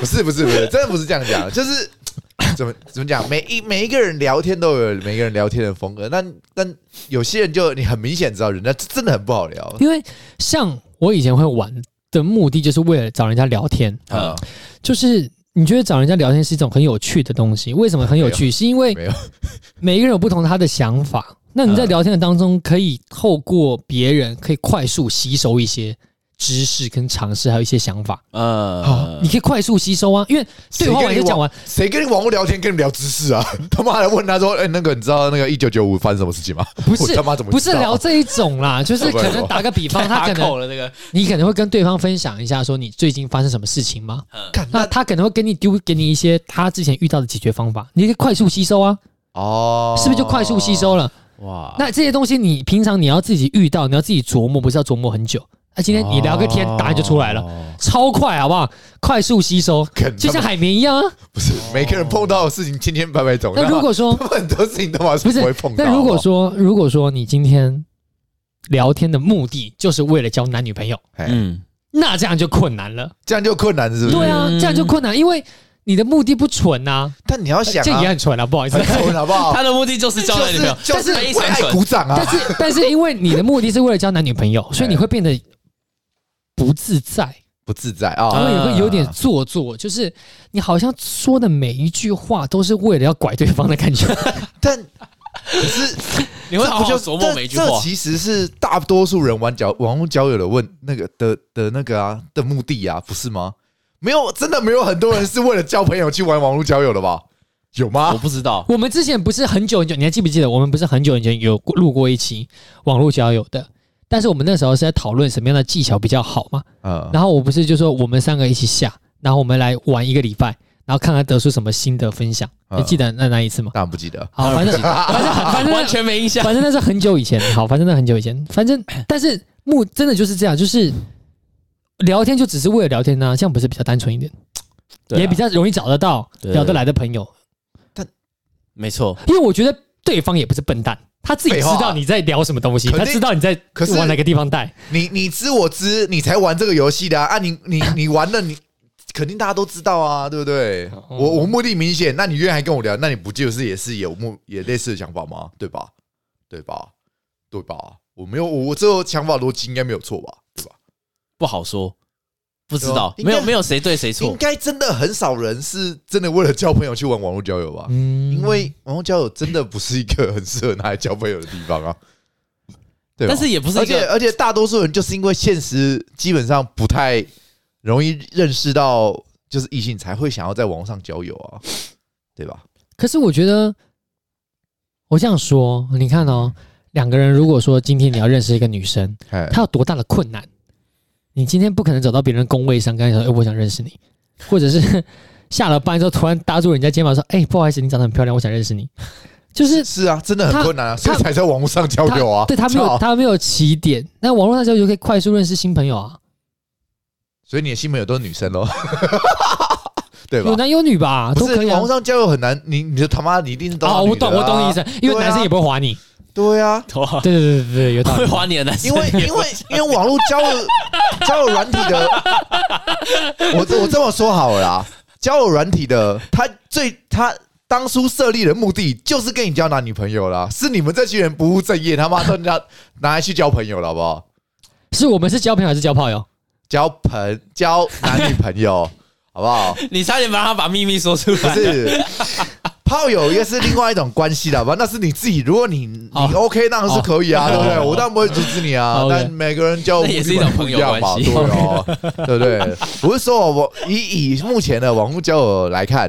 A: 不是不是不是，真的不是这样讲，就是 怎么怎么讲，每一每一个人聊天都有每一个人聊天的风格，但但有些人就你很明显知道人家真的很不好聊。
C: 因为像我以前会玩的目的，就是为了找人家聊天，
B: 嗯
A: 啊，
C: 就是。你觉得找人家聊天是一种很有趣的东西？为什么很有趣？是因为
A: 没有，啊
C: 每一个人有不同他的想法，那你在聊天的当中，可以透过别人，可以快速吸收一些知识跟尝试，还有一些想法。
B: 嗯
C: 你可以快速吸收啊，因为对话
A: 谁跟
C: 我就
A: 你
C: 讲完，
A: 谁跟你网络聊天，跟你聊知识啊？ 他妈还问他说：“哎、那个你知道那个一九九五发生什么事情吗？”
C: 不是
A: 我他妈怎么
C: 不是
A: 知道
C: 聊这一种啦，就是可能打个比方，他
B: 他
C: 可
B: 口了
C: 能
B: 这个，
C: 你可能会跟对方分享一下，说你最近发生什么事情吗？
A: 干
C: 那
A: 那
C: 他可能会跟你丢给你一些他之前遇到的解决方法，你可以快速吸收啊，
A: 哦，
C: 是不是就快速吸？收了？
B: 哇，
C: 那这些东西你平常你要自己遇到，你要自己琢磨，不是要琢磨很久。那今天你聊个天，答案就出来了，
A: 了，
C: 超快，好不好？快速吸收，
A: 跟
C: 就
A: 哦他
C: 像
A: 们
C: 海绵一样啊。
A: 不是每个人碰到的事情千千百百种。
C: 那如果说
A: 他们很多事情都嘛是
C: 不是
A: 不会碰到，
C: 那如果
A: 好不好
C: 说，如果说你今天聊天的目的就是为了交男女朋友，
A: 哎
B: 嗯，
C: 那这样就困难了。
A: 这样就困难，是不是？
C: 对啊，
B: 嗯
C: 这样就困难，因为你的目的不纯呐、
A: 但你要
C: 啊，
A: 想
C: 这也
A: 啊，
C: 很纯啊，不好意思
A: 很。蠢好不好？
B: 他的目的就是交
A: 就
B: 男女朋
A: 是
B: 友，
A: 哦就是
B: 非
A: 为
B: 常
A: 爱
B: 蠢
A: 鼓掌啊
C: 但！是但是因为你的目的是为了交男女朋友，所以你会变得不自在，
A: 不自在
C: 然
A: 啊
C: 后也会有点做作，就是你好像说的每一句话都是为了要拐对方的感觉。
A: 但可是
B: 你会好好琢磨
A: 这
B: 每一句
A: 这
B: 话。
A: 其实是大多数人玩交网络交友的问那个的的那个啊的目的啊，不是吗？没有，真的没有很多人是为了交朋友去玩网络交友的吧？有
B: 我
A: 吗？
B: 不知 道，
C: 我们之前不是很久很久，你还记不记得？我们不是很久很久有过录过一期网络交友的，但是我们那时候是在讨论什么样的技巧比较好嘛。
A: 嗯，
C: 然后我不是就说我们三个一起下，然后我们来玩一个礼拜，然后看看得出什么心得分享。
A: 嗯
C: 你记得那那一 次吗？
A: 当然不记得。
C: 好，反正反正反正
B: 完全没印象。
C: 反正那是很久以前，好，反正那很久以前，反正但是目真的就是这样，就是聊天就只是为了聊天啊呐、这样不是比较单纯一点，
B: 对啊
C: 也比较容易找得到
B: 对
C: 聊得来的朋友，
B: 没错，
C: 因为我觉得对方也不是笨蛋。他自己知
A: 废哎话
C: 道你在聊什么东西，
A: 肯
C: 他
A: 定
C: 知道你在
A: 可是
C: 往哪个地方带。
A: 你你知我知，你才玩这个游戏的啊！啊你你你玩了，你肯定大家都知道啊，对不对？
B: 哦
A: 我我目的明显，那你愿意还跟我聊，那你不就是也是有目也类似的想法吗？对吧？对吧？对吧？我没有，我我这个想法逻辑应该没有错吧？对吧？
B: 不好说，不知
A: 对啊
B: 道，
A: 应
B: 没有
A: 该
B: 没有谁对谁
A: 应
B: 错。
A: 该真的很少人是真的为了交朋友去玩网络交友吧？
C: 嗯
A: 因为网络交友真的不是一个很适合拿来交朋友的地方啊。对吧，
B: 但是也不是
A: 而
B: 一
A: 且
B: 个
A: 而且大多数人就是因为现实基本上不太容易认识到就是异性，才会想要在网络上交友啊，对吧？
C: 可是我觉得，我这样说，你看哦，两个人如果说今天你要认识一个女生，
A: 哎，
C: 他有多大的困难？你今天不可能找到别人的工位上，跟他说：“哎、我想认识你。”或者是下了班之后突然搭住人家肩膀说：“哎、不好意思，你长得很漂亮，我想认识你。” 就是
A: 是啊，真的很
C: 他
A: 困难啊，所以
C: 他
A: 才在网络上交
C: 他
A: 友啊。
C: 对他没有
A: 操，
C: 他没有起点，那网络上交友就可以快速认识新朋友啊，
A: 所以你的新朋友都是女生喽， 对吧
C: 有？男有女吧，都
A: 不是
C: 可以啊
A: 网络。上交友很难，你你就他妈你一定是都
C: 哦，我懂，我懂你意
A: 思。
C: 思，因为
A: 对啊
C: 男生也不会划你。
A: 对啊，
B: 哇
C: 对对对对对，有 道
B: 会
C: 理。
B: 划你的男
A: 因
B: 生
A: 为 因为因为网络交友交友软体的，我我这么说好了啦，交友软体的，他最他当初设立的目的就是跟你交男女朋友啦，是你们这群人不务正业，他妈都拿拿来去交朋友了，好不好？
C: 是我们是交朋友还是交炮友？
A: 交朋交男女朋友，好不好？
B: 你差点把他把秘密说出
A: 不
B: 来。
A: 是。炮友也是另外一种关系的，好吧？那是你自己，如果你
C: 哦
A: 你 OK，那是可以啊，
C: 哦
A: 对不对？
C: 哦
A: 我当然不会阻止你啊
C: 哦，，OK
A: 但每个人交友
B: 那也是一种朋友
A: 目的
B: 关系
A: 不一样嘛对哦，对不对？我是说，我以以目前的网络交友来看，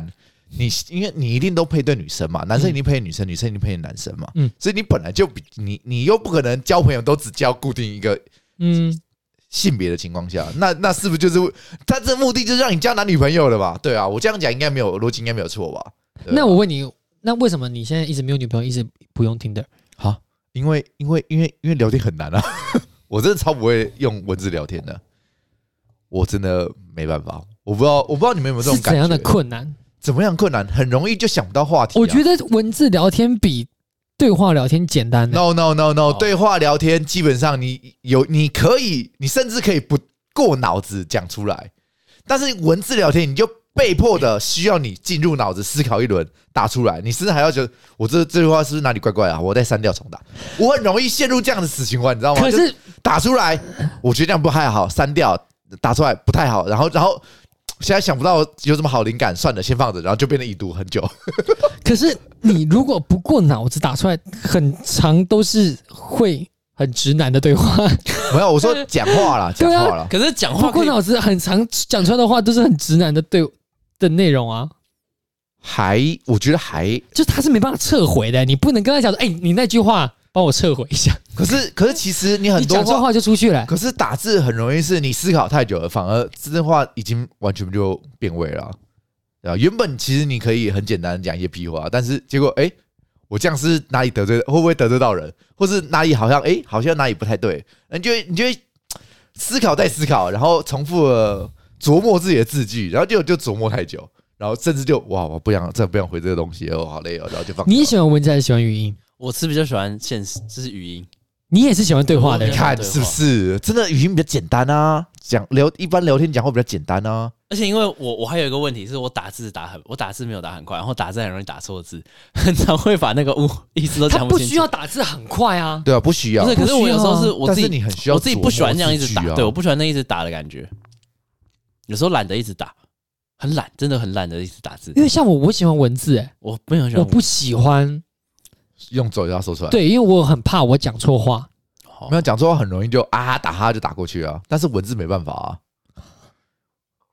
A: 你因为你一定都配对女生嘛，男生一定配女生，女生一定配男生嘛，
C: 嗯
A: 所以你本来就比你你又不可能交朋友都只交固定一个
C: 嗯，
A: 性别的情况下，那那是不是就是他这目的就是让你交男女朋友了吧？对啊，我这样讲应该没有逻辑，应该没有错吧？对啊
C: 那我问你，那为什么你现在一直没有女朋友，一直不用 Tinder？
A: 好，因为因为因为因为聊天很难啊， 我真的超不会用文字聊天的，我真的没办法，我不知道我不知道你们有没有这
C: 是
A: 种感
C: 怎
A: 觉？
C: 样的困难？
A: 怎么样困难？很容易就想不到话题啊、
C: 我觉得文字聊天比对话聊天简单、欸。
A: no no no no，、
B: 哦
A: 对话聊天基本上你有你可以，你甚至可以不过脑子讲出来，但是文字聊天你就被迫的需要你进入脑子思考一轮，打出来，你甚至还要觉得我这这句话是不是哪里怪怪啊？我再删掉重打，我很容易陷入这样的死循环，你知道吗？
C: 可
A: 就是打出来，我觉得这样不太好，删掉，打出来不太好，然后然后。现在想不到有什么好灵感，算了，先放着，然后就变得已读很久。
C: 可是你如果不过脑子打出来，很长都是会很直男的对话。
A: 没有，我说讲话啦，讲
C: 对啊
A: 话啦。
B: 可是讲
C: 不
B: 话可
C: 过
B: 以，
C: 脑子很长讲出来的话都是很直男的对的内容啊，
A: 还我觉得还
C: 就他是没办法撤回的。你不能跟他讲说，哎、你那句话帮我撤回一下，
A: 可是，可是，其实你很
C: 你
A: 多
C: 讲错
A: 话，
C: 话就出去了、
A: 可是打字很容易是你思考太久了，反而这段话已经完全就变味了啊，对吧？原本其实你可以很简单地讲一些屁话，但是结果，哎、我这样是哪里得罪，会不会得罪到人，或是哪里好像，哎、好像哪里不太对，你就会你就会思考再思考，然后重复了琢磨自己的字句，然后就就琢磨太久，然后甚至就哇，我不想再不想回这个东西了，我好累哦，然后就放掉。
C: 你喜欢文字还是喜欢语音？
B: 我是比较喜欢现实，就是语音。
C: 你也是喜欢对话的
A: 你
C: 人
B: 对。
A: 看是不是真的语音比较简单啊？讲聊一般聊天讲话比较简单啊。
B: 而且因为我我还有一个问题是我打字打很我打字没有打很快，然后打字很容易打错字，很常会把那个物意思都
C: 他
B: 讲
C: 不
B: 清楚。
C: 需要打字很快啊，
A: 对啊，不需要
B: 不是，。可是我有时候
C: 不需
B: 是
C: 要
B: 我
A: 但
B: 自
A: 是
B: 己
A: 你很需要、
B: 我自己不喜欢这样一直打，对，我
A: 不
B: 不喜欢那一直打的感觉，有时候懒得一直打，很懒，真的很懒得一直打字
C: 因。为像我，我喜欢文字、哎，
B: 我没有很喜
C: 我
B: 欢
C: 不喜欢
A: 用嘴要说出来。，
C: 对，因为我很怕我讲错话。
B: 哦
A: 没有讲错话很容易就啊打哈就打过去啊，但是文字没办法啊。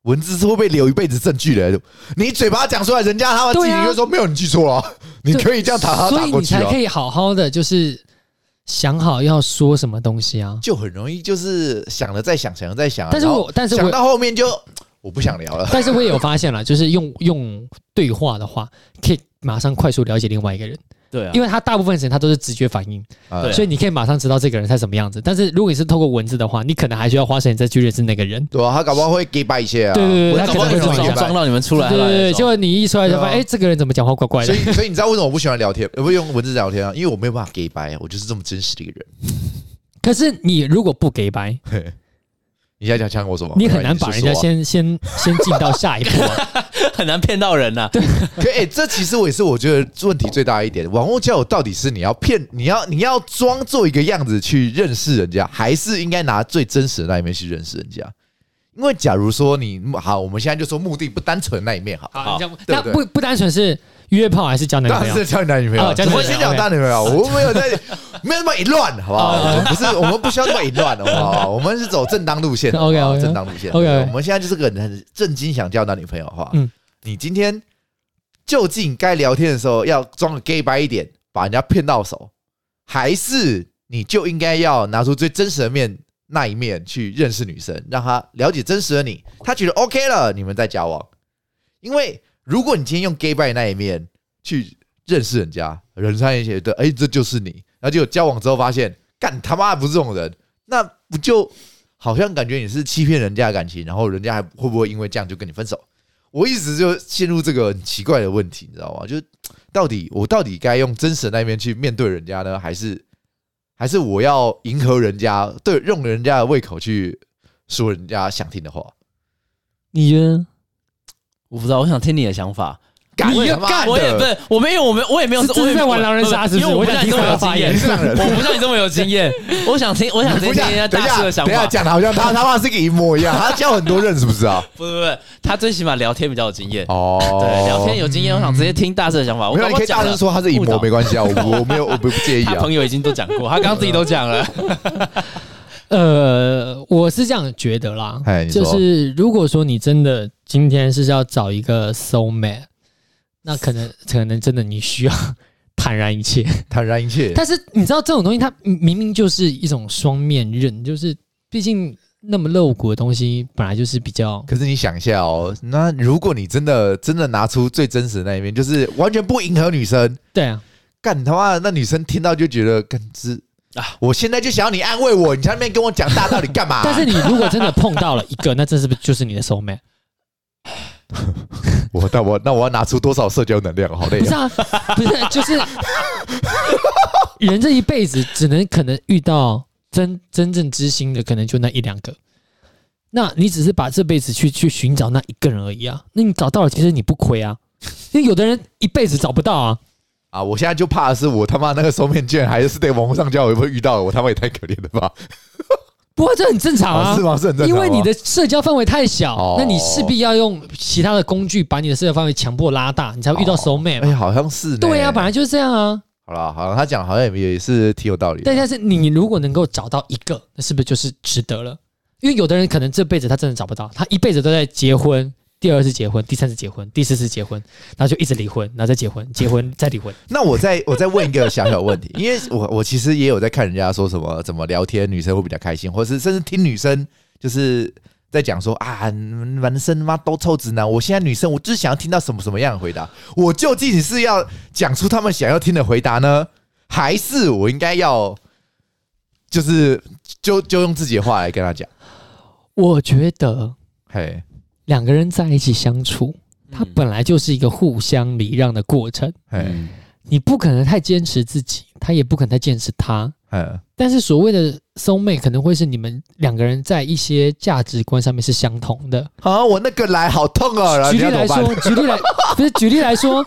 A: 文字是会被留一辈子证据的。你嘴巴讲出来，人家他们自
C: 对
A: 己
C: 啊
A: 就说没有，你记错了啊，你
C: 对
A: 可以这样打他
C: 所
A: 打
C: 以
A: 过
C: 你
A: 去
C: 才
A: 啊
C: 可，以好好的就是想好要说什么东西啊。
A: 就很容易就是想了再想，想了再想啊，
C: 但是
A: 然后
C: 我但是
A: 想
C: 我
A: 到后面就我不想聊了。
C: 但是我也有发现了， 就是用用对话的话，可以马上快速了解另外一个人，
B: 对啊，
C: 因
B: 为
C: 为他大部分时间他都是直觉反应，
A: 啊
B: 对啊
C: 所以你可以马上知道这个人他什么样子。但是如果你是透过文字的话，你可能还需要花时间再去认识那个人。
A: 对啊，他搞不好会 give 一些啊。
C: 对对对
A: 我
C: 他
B: 搞
A: 搞
B: 不
A: 不
B: 好
A: 好
C: 可
B: 有
C: 能
A: 很
C: 会
A: 容
B: 人
A: 易
C: 这
B: 撞
C: 样
A: get
B: 撞
A: back
B: 到你们出来，
C: 对对对，
B: 来
C: 结果你一出来就发现，
A: 对啊
C: 哎、这个人怎么讲话怪怪
A: 所
C: 的？
A: 以，所以你知道为什么我不喜欢聊天，呃不用文字聊天啊？因为我没有办法 give 啊，我就是这么真实的一个人。
C: 可是你如果不给白，
A: 你现在想想我什么？
C: 你很难把
A: 不然
C: 人
A: 你说说啊
C: 家先 先先进到下一步、啊。
B: 很难骗到人呐。
A: 可哎、这其实我也是我觉得问题最大一点。网络交友到底是你要骗，你要你要装做一个样子去认识人家，还是应该拿最真实的那一面去认识人家？因为假如说你好，我们现在就说目的不单纯那一面 好，
C: 好，
B: 好
C: 你这样
A: 对
C: 那
A: 不对
C: 不不单纯是约炮还是交男
A: 当
C: 朋
A: 然
C: 友
A: 是？交你男女朋友。
C: 哦交女朋友
A: 我先讲
C: OK
A: 男女朋友，我没有在没有那么淫乱，好不好？
C: 哦
A: 我们不是，我们不需要那么淫乱，好不好？我们是走正当路线
C: OK，OK
A: 好不好正当路线。
C: OK，OK
A: 我们现在就是个很正经想交男女朋友的话，
C: 嗯
A: 你今天究竟该聊天的时候要装个 gay 白一点，把人家骗到手，还是你就应该要拿出最真实的面？那一面去认识女生，让她了解真实的你，她觉得 OK 了，你们再交往。因为如果你今天用 gay bye 那一面去认识人家，人家也觉得哎、这就是你，然后结果交往之后发现，干他妈不是这种人，那不就好像感觉你是欺骗人家的感情，然后人家还会不会因为这样就跟你分手？我一直就陷入这个很奇怪的问题，你知道吗？就是到底我到底该用真实的那一面去面对人家呢，还是还是我要迎合人家，对用人家的胃口去说人家想听的话？
C: 你觉得？
B: 我不知道，我想听你的想法。
A: 干
C: 你
A: 他妈
C: 干
A: 的
B: 我也不是，我没有，我没，我也没有，
C: 是这是
B: 我也呃
C: 在玩狼人杀是不是
B: 因为我
C: 我
B: 不
C: 想
B: 像你
C: 听
B: 这么有
C: 他发
B: 经
C: 言
A: 你
B: 验，
A: 是 狼人。
B: 我不像你这么有经验。 我想听，我想
A: 不
B: 听听人家
A: 像，等一
B: 大师
A: 下，
B: 的想
A: 等一下
B: 法。
A: 讲的好像他他妈是个淫魔一样，他教很多人是不是啊？
B: 不不不，他最起码聊天比较有经验。
A: 哦，
B: 对，聊天有经验，我想直接听大师的想法。我
A: 没有，
B: 刚
A: 你
B: 刚
A: 哦可以大
B: 讲
A: 声
B: 了，
A: 说他是淫魔
B: 误导
A: 没关系啊，我不我没有我不不介意
B: 他
A: 啊
B: 朋。友已经都讲过，他刚刚自己都讲 了。
C: 呃，我是这样觉得啦
A: 嗨，你说
C: 就是如果说你真的今天是要找一个 soul mate，那可能可能真的你需要坦然一 切。
A: 坦然一切，
C: 但是你知道这种东西，它明明就是一种双面刃，就是毕竟那么露骨的东西本来就是比较
A: 可是你想一下哦，那如果你真的真的拿出最真实的那一面，就是完全不迎合女生，
C: 对啊，
A: 干他妈的那女生听到就觉得干之啊，我现在就想要你安慰我，你在那边跟我讲大道理干嘛？
C: 但是你如果真的碰到了一个，那这是不是就是你的 soul mate？
A: 我那我那我要拿出多少社交能量？好累
C: 不
A: 啊
C: 是！啊，不是，就是人这一辈子只能可能遇到真真正知心的，可能就那一两个。那你只是把这辈子去去寻找那一个人而已啊。那你找到了，其实你不亏啊，因为有的人一辈子找不到啊。
A: 啊，我现在就怕的是我他妈那个收面券还是得网上交友会遇到，我他妈也太可怜了吧？
C: 不过这很正常
A: 啊
C: 啊
A: 是，吗？是很正常吗。
C: 因为你的社交范围太
A: 哦
C: 小，那你势必要用其他的工具把你的社交范围强迫拉大，你才会遇到
A: 哦
C: soul mate
A: 哎、
C: 嘛。
A: 好像是呢
C: 对啊，本来就是这样啊。
A: 好了，好了，他讲好像也也是挺有道理的
C: 但但是你如果能够找到一个，那是不是就是值得了？因为有的人可能这辈子他真的找不到，他一辈子都在结婚，第二次结婚，第三次结婚，第四次结婚，然后就一直离婚，然后再结婚，结婚再离婚。
A: 那我再我再问一个小小问题，因为我我其实也有在看人家说什么怎么聊天女生会比较开心，或是甚至听女生就是在讲说啊男生他妈都臭直男，我现在女生我就是想要听到什么什么样的回答，我究竟是要讲出他们想要听的回答呢，还是我应该要就是就就用自己的话来跟他讲？
C: 我觉得
A: 嘿，
C: 两个人在一起相处，它本来就是一个互相礼让的过程，
A: 嘿，
C: 你不可能太坚持自己，他也不可能太坚持他。
A: 嗯，
C: 但是所谓的 soul mate 可能会是你们两个人在一些价值观上面是相同的，
A: 好、我那个来好痛啊，然后
C: 举
A: 你
C: 例
A: 要怎
C: 来
A: 么办？
C: 说，举例来不 是举例来说，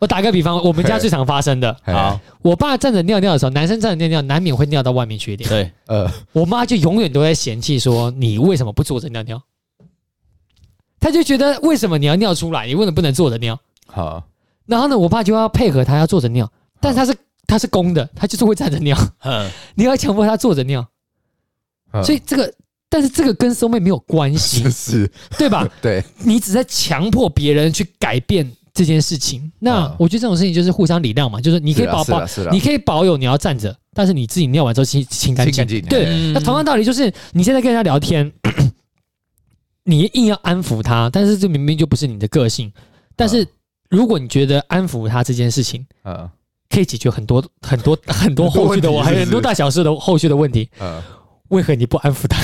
C: 我打个比方，我们家最常发生的，
A: 嘿
B: 好，
C: 我爸站着尿尿的时候，男生站着尿尿难免会尿到外面去一 点，
B: 对，
A: 呃，
C: 我妈就永远都在嫌弃说你为什么不坐着尿尿，她就觉得为什么你要尿出来，你为什么不能坐着尿？
A: 好，
C: 然后呢，我爸就要配合他要坐着尿，但是他是他是公的，他就是会站着尿，
B: 嗯，
C: 你要强迫他坐着尿，
A: 嗯
C: 所以这个但是这个跟收妹没有关系
A: 真，是
C: 对吧？
A: 对，
C: 你只在强迫别人去改变这件事情。那
A: 嗯
C: 我觉得这种事情就是互相礼让嘛，就是你可以
A: 是啦
C: 保
A: 啊是啦
C: 保
A: 是啦，
C: 你可以保有你要站着，但是你自己尿完之后清清干净
A: 清。干净
C: 对，
B: 嗯
C: 那同样道理就是你现在跟人家聊天， 你硬要安抚他，但是这明明就不是你的个性。但是如果你觉得安抚他这件事情，
A: 嗯
C: 可以解决很多很多很多后续
A: 很
C: 的，
A: 多问题
C: 我还有
A: 是
C: 很
A: 不是
C: 多大小事的后续的问题，
A: 嗯，
C: 为何你不安抚他？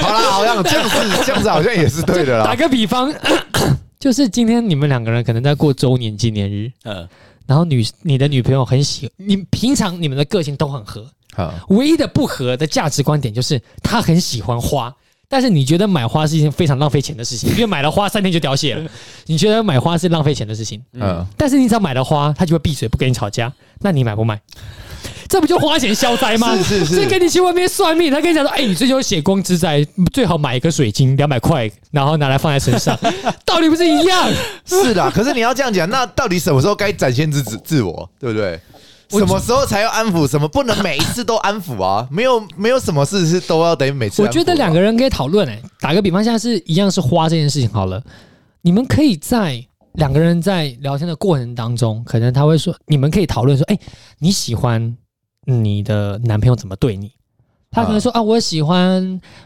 A: 好啦，好像这样子这样子好像也是对啊的
C: 打
A: 啦。
C: 个比方， 就是今天你们两个人可能在过周年纪念日，
B: 嗯，
C: 然后女你的女朋友很喜，你平常你们的个性都很合，
A: 嗯
C: 唯一的不合的价值观点就是她很喜欢花。但是你觉得买花是一件非常浪费钱的事情，因为买了花三天就凋谢了。你觉得买花是浪费钱的事情，
A: 嗯，
C: 但是你只要买了花，她就会闭嘴不跟你吵架。那你买不买？这不就花钱消灾吗？
A: 是是
C: 这
A: 是，
C: 跟你去外面算命，他跟你讲说，哎、你最近有血光之灾，最好买一个水晶两百块，然后拿来放在 身上，道理不是一样？
A: 是啦。可是你要这样讲，那到底什么时候该展现自自自我，对不对？
C: 我
A: 什么时候才要安抚？什么不能每一次都安抚啊？没有没有什么事是都要等于每次安
C: 我
A: 抚啊。
C: 觉得两个人可以讨论，哎，打个比方，现在是一样是花这件事情好了，你们可以在两个人在聊天的过程当中，可能他会说，你们可以讨论说，哎、你喜欢你的男朋友怎么对你？他可能说啊，我喜欢、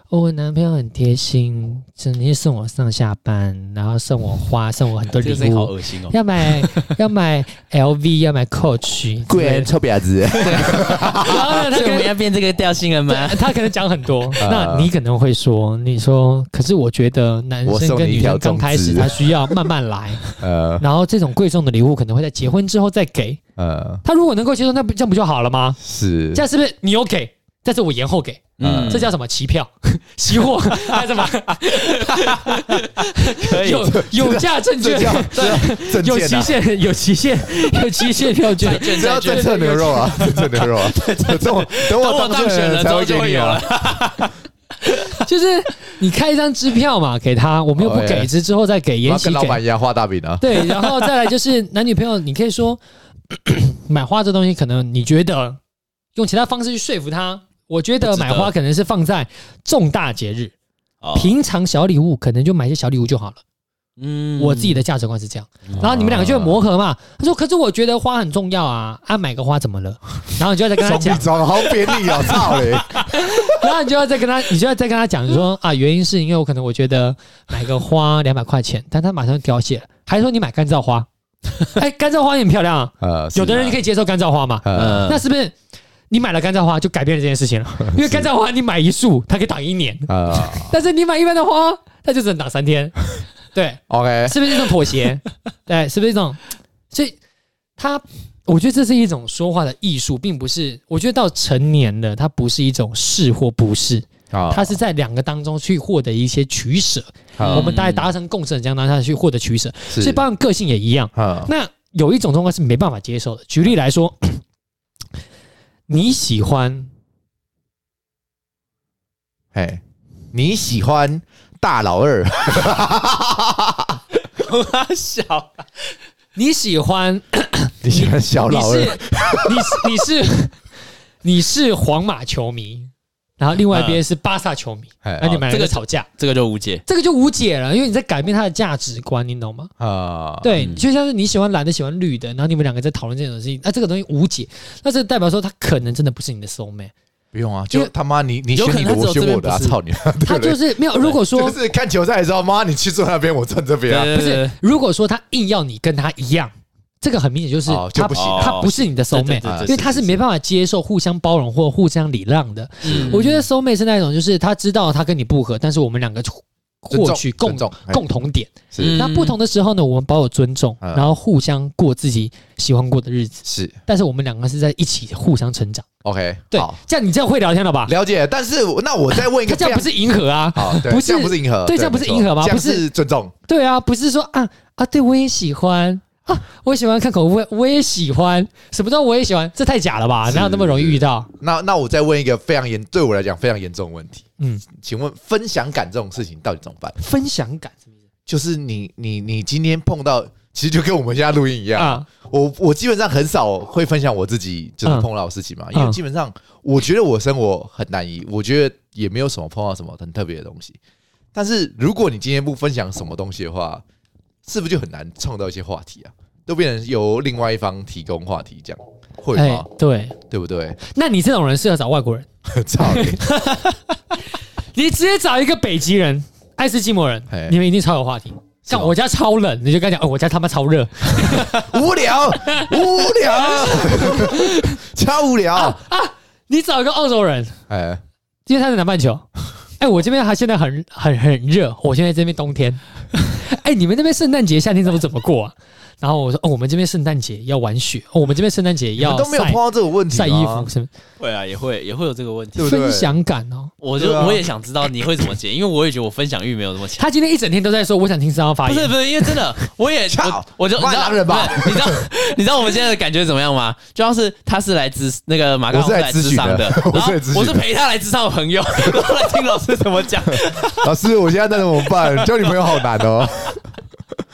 C: 哦我男朋友很贴心，整天送我上下班，然后送我花，送我很多
B: 这
C: 礼
B: 个声音好
C: 物。
B: 恶心哦。
C: 要买要买 LV，要买 Coach，
A: 贵人臭婊子，
B: 啊
C: 然后呢，他
B: 所以我
C: 可
B: 们
C: 能
B: 要变这个调性了吗？
C: 他可能讲很多，
A: 啊
C: 那你可能会说，你说，可是我觉得男
A: 我
C: 生
A: 送
C: 跟
A: 你一
C: 女
A: 条
C: 生刚
A: 粽
C: 开
A: 子
C: 始，他需要慢慢来，
A: 呃
C: 然后这种贵重的礼物可能会在结婚之后再给
A: 呃，
C: 他，如果能够接受，那不这样不就好了吗？
A: 是
C: 这样是不是你有给？但是我延后给，
B: 嗯，
C: 这叫什么？期票、 期货，还是什么？
B: 可以
C: 有有价证
A: 哎这
C: 券，
A: 叫啊这
C: 有
A: 叫
C: 期
A: 证件啊，
C: 限，有期限， 有期限票券。
A: 这
B: 券债
A: 要政
B: 券。
A: 策牛肉啊，政策牛肉啊，等我等
B: 等我
A: 我
B: 当
A: 当
B: 选
A: 选了
B: 了之
A: 才
B: 后
A: 会
B: 就
A: 给
B: 会
A: 你
B: 有
A: 啊
B: 了。。
C: 就是你开一张支票嘛，给他，我们又不
A: 哦
C: 给，
A: 哎
C: 之之后再给，
A: 我
C: 延
A: 要
C: 期
A: 跟老
C: 给。
A: 板一样画大饼啊，
C: 对，然后再来就是男女朋友，你可以说 买花这东西，可能你觉得用其他方式去说服他。我觉
B: 不
C: 得
B: 值得
C: 买花可能是放在重大节日，
B: 哦
C: 平常小礼物可能就买一些小礼物就好了。
B: 嗯
C: 我自己的价值观是这样，
B: 嗯
C: 然后你们两个就会磨合嘛。他说：“可是我觉得花很重要啊，啊买个花怎么了？” 然后你就要再跟他
A: 双臂
C: 讲，
A: 装好便利啊，操嘞！
C: 然后你就要再跟他，你就要再跟他讲，你说啊，原因是因为我可能我觉得买个花两百块钱，但他马上就凋谢了，还是说你买干 燥花？哎，干燥花也很漂亮啊，
A: 呃，
C: 有的人可
A: 以，
C: 以接受干燥花嘛，
B: 嗯
A: 呃，
C: 那是不是你买了干燥花就改变了这件事情了？因为干燥花你买一束，它可以挡一年，
A: 呃
C: 但是你买一般的花，它就只能挡三天。对，
A: ，OK，
C: 是不是一种妥协？对，是不是一种？所以他，我觉得这是一种说话的艺术，并不是。我觉得到成年了，它不是一种是或不是，
A: 好，
C: 它是在两个当中去获得一些取舍。
A: 好
C: 我们大概达成共识，这样当下去获得取舍。
A: 是
C: 所以，包含个性也一样。
A: 嗯
C: 那有一种状况是没办法接受的。举例来说， 你喜欢
A: 嘿，你喜欢大老 二？
B: 小
C: 你喜欢
A: 你喜欢小
C: 你
A: 老
C: 是
A: 二？
C: 你是你是你是皇马球迷，然后另外一边是巴萨球迷，
A: 哎
C: 啊那你们
B: 这
C: 这
B: 个
C: 个吵架，
B: 这个就无解。
C: 这个就无解了，因为你在改变他的价值观，你懂吗？
A: 啊，
C: 对，
B: 嗯
C: 就像是你喜欢蓝的，喜欢绿的，然后你们两个在讨论这种事情，那这个东西无解，那这代表说他可能真的不是你的 soul mate，
A: 不用啊，
C: 因为
A: 就他妈你你
B: 有
A: 选
B: 可能
A: 你的，
B: 他只
A: 我选
B: 有这边
A: 我的啊，
B: 不是
A: 操你！
C: 他就是没有。如果说
A: 就是看球赛的时候，妈你去坐那边，我站这边啊。
B: 对
C: 不是，如果说他硬要你跟他一样，这个很明显就是
A: 哦就
C: 他
A: 不哦
B: 行
C: 他不是你的 soul
B: 对
C: mate，
B: 对对对
C: 啊因为他是没办法接受互相包容或互相礼让的。
B: 嗯
C: 我觉得 soul mate 是那种，就是他知道他跟你不合，但是我们两个就获取共
A: 尊重哎
C: 共同嗯点。
A: 是
C: 那不同的时候呢，我们保有尊重，
A: 嗯
C: 然后互相过自己喜欢过的日子。
A: 是
C: 但是我们两个是在一起互相成长。
A: ，OK，
C: 对
A: 好，
C: 这样你这样会聊天了吧？
A: 了解。但是我那我再问一
C: 他
A: 个
C: 这
A: 非
C: 样
A: 常，
C: 不是迎合啊？
A: 好，对
C: 不是
A: 这样不是迎合，
C: 对这样不是
A: 没错
C: 迎合吗
A: 这样
C: 不是
A: 是尊重，
C: 对啊，不是说啊啊，对我也喜欢啊，我喜欢看口味，我也喜欢，什么叫我也喜欢？这太假了吧？
A: 是
C: 哪有那么容易遇到？
A: 那那我再问一个非常严，对我来讲非常严重的问题，
C: 嗯，
A: 请问分享感这种事情到底怎么办？
C: 分享感什么意思？
A: 就是你你你今天碰到其实就跟我们现在录音一样，
C: 啊，
A: 我我基本上很少会分享我自己就是
C: 嗯
A: 碰到的事情嘛，
C: 嗯
A: 因为基本上我觉得我生活很难以，我觉得也没有什么碰到什么很特别的东西。但是如果你今天不分享什么东西的话，是不是就很难创造一些话题啊？都变成由另外一方提供话题，这样会
C: 哎、
A: 吗？
C: 对，
A: 对不对？
C: 那你这种人适合找外国人，
A: 操你！
C: 你直接找一个北极人、爱斯基摩人
A: 嘿，
C: 你们一定超有话题。
A: 是吗哦
C: 像我家超冷，你就跟他讲，哦，我家他妈超热
A: 无 聊，无聊，超无聊
C: 啊。啊！你找一个澳洲人，
A: 哎，
C: 因为他在南半 球。哎、我这边还现在很很很热，我现在这边冬 天。哎、你们那边圣诞节、夏天怎么怎么过啊？然后我说，哦，我们这边圣诞节要玩雪，哦，我们这边圣诞节
A: 你们
C: 要
A: 都没有
C: 晒
A: 碰到这种问题吗啊
C: 晒衣服，什么
B: 会啊，也会也会有这个问题
A: 对。不对
C: 分享感哦。
B: 我就、
A: 对啊
B: 我也想知道你会怎么解，因为我也觉得我分享欲没有那么强。
C: 他今天一整天都在说，我想听三号发
B: 不
C: 言。
B: 是不是，因为真的，我也
A: 操
B: 我我就你
A: 骂
B: 知道
A: 男人吧
B: 不是你知道 你知道我们现在的感觉怎么样吗？就像是他是来咨那个马刚
A: 我是来
B: 老师
A: 咨
B: 咨
A: 询
B: 商
A: 的
B: 的，
A: 我
B: 然后
A: 是来咨询的
B: 我是陪他来咨商的朋友， 然后来听老师怎么讲。
A: 老师，我现在在怎么办？交女朋友好难 哦，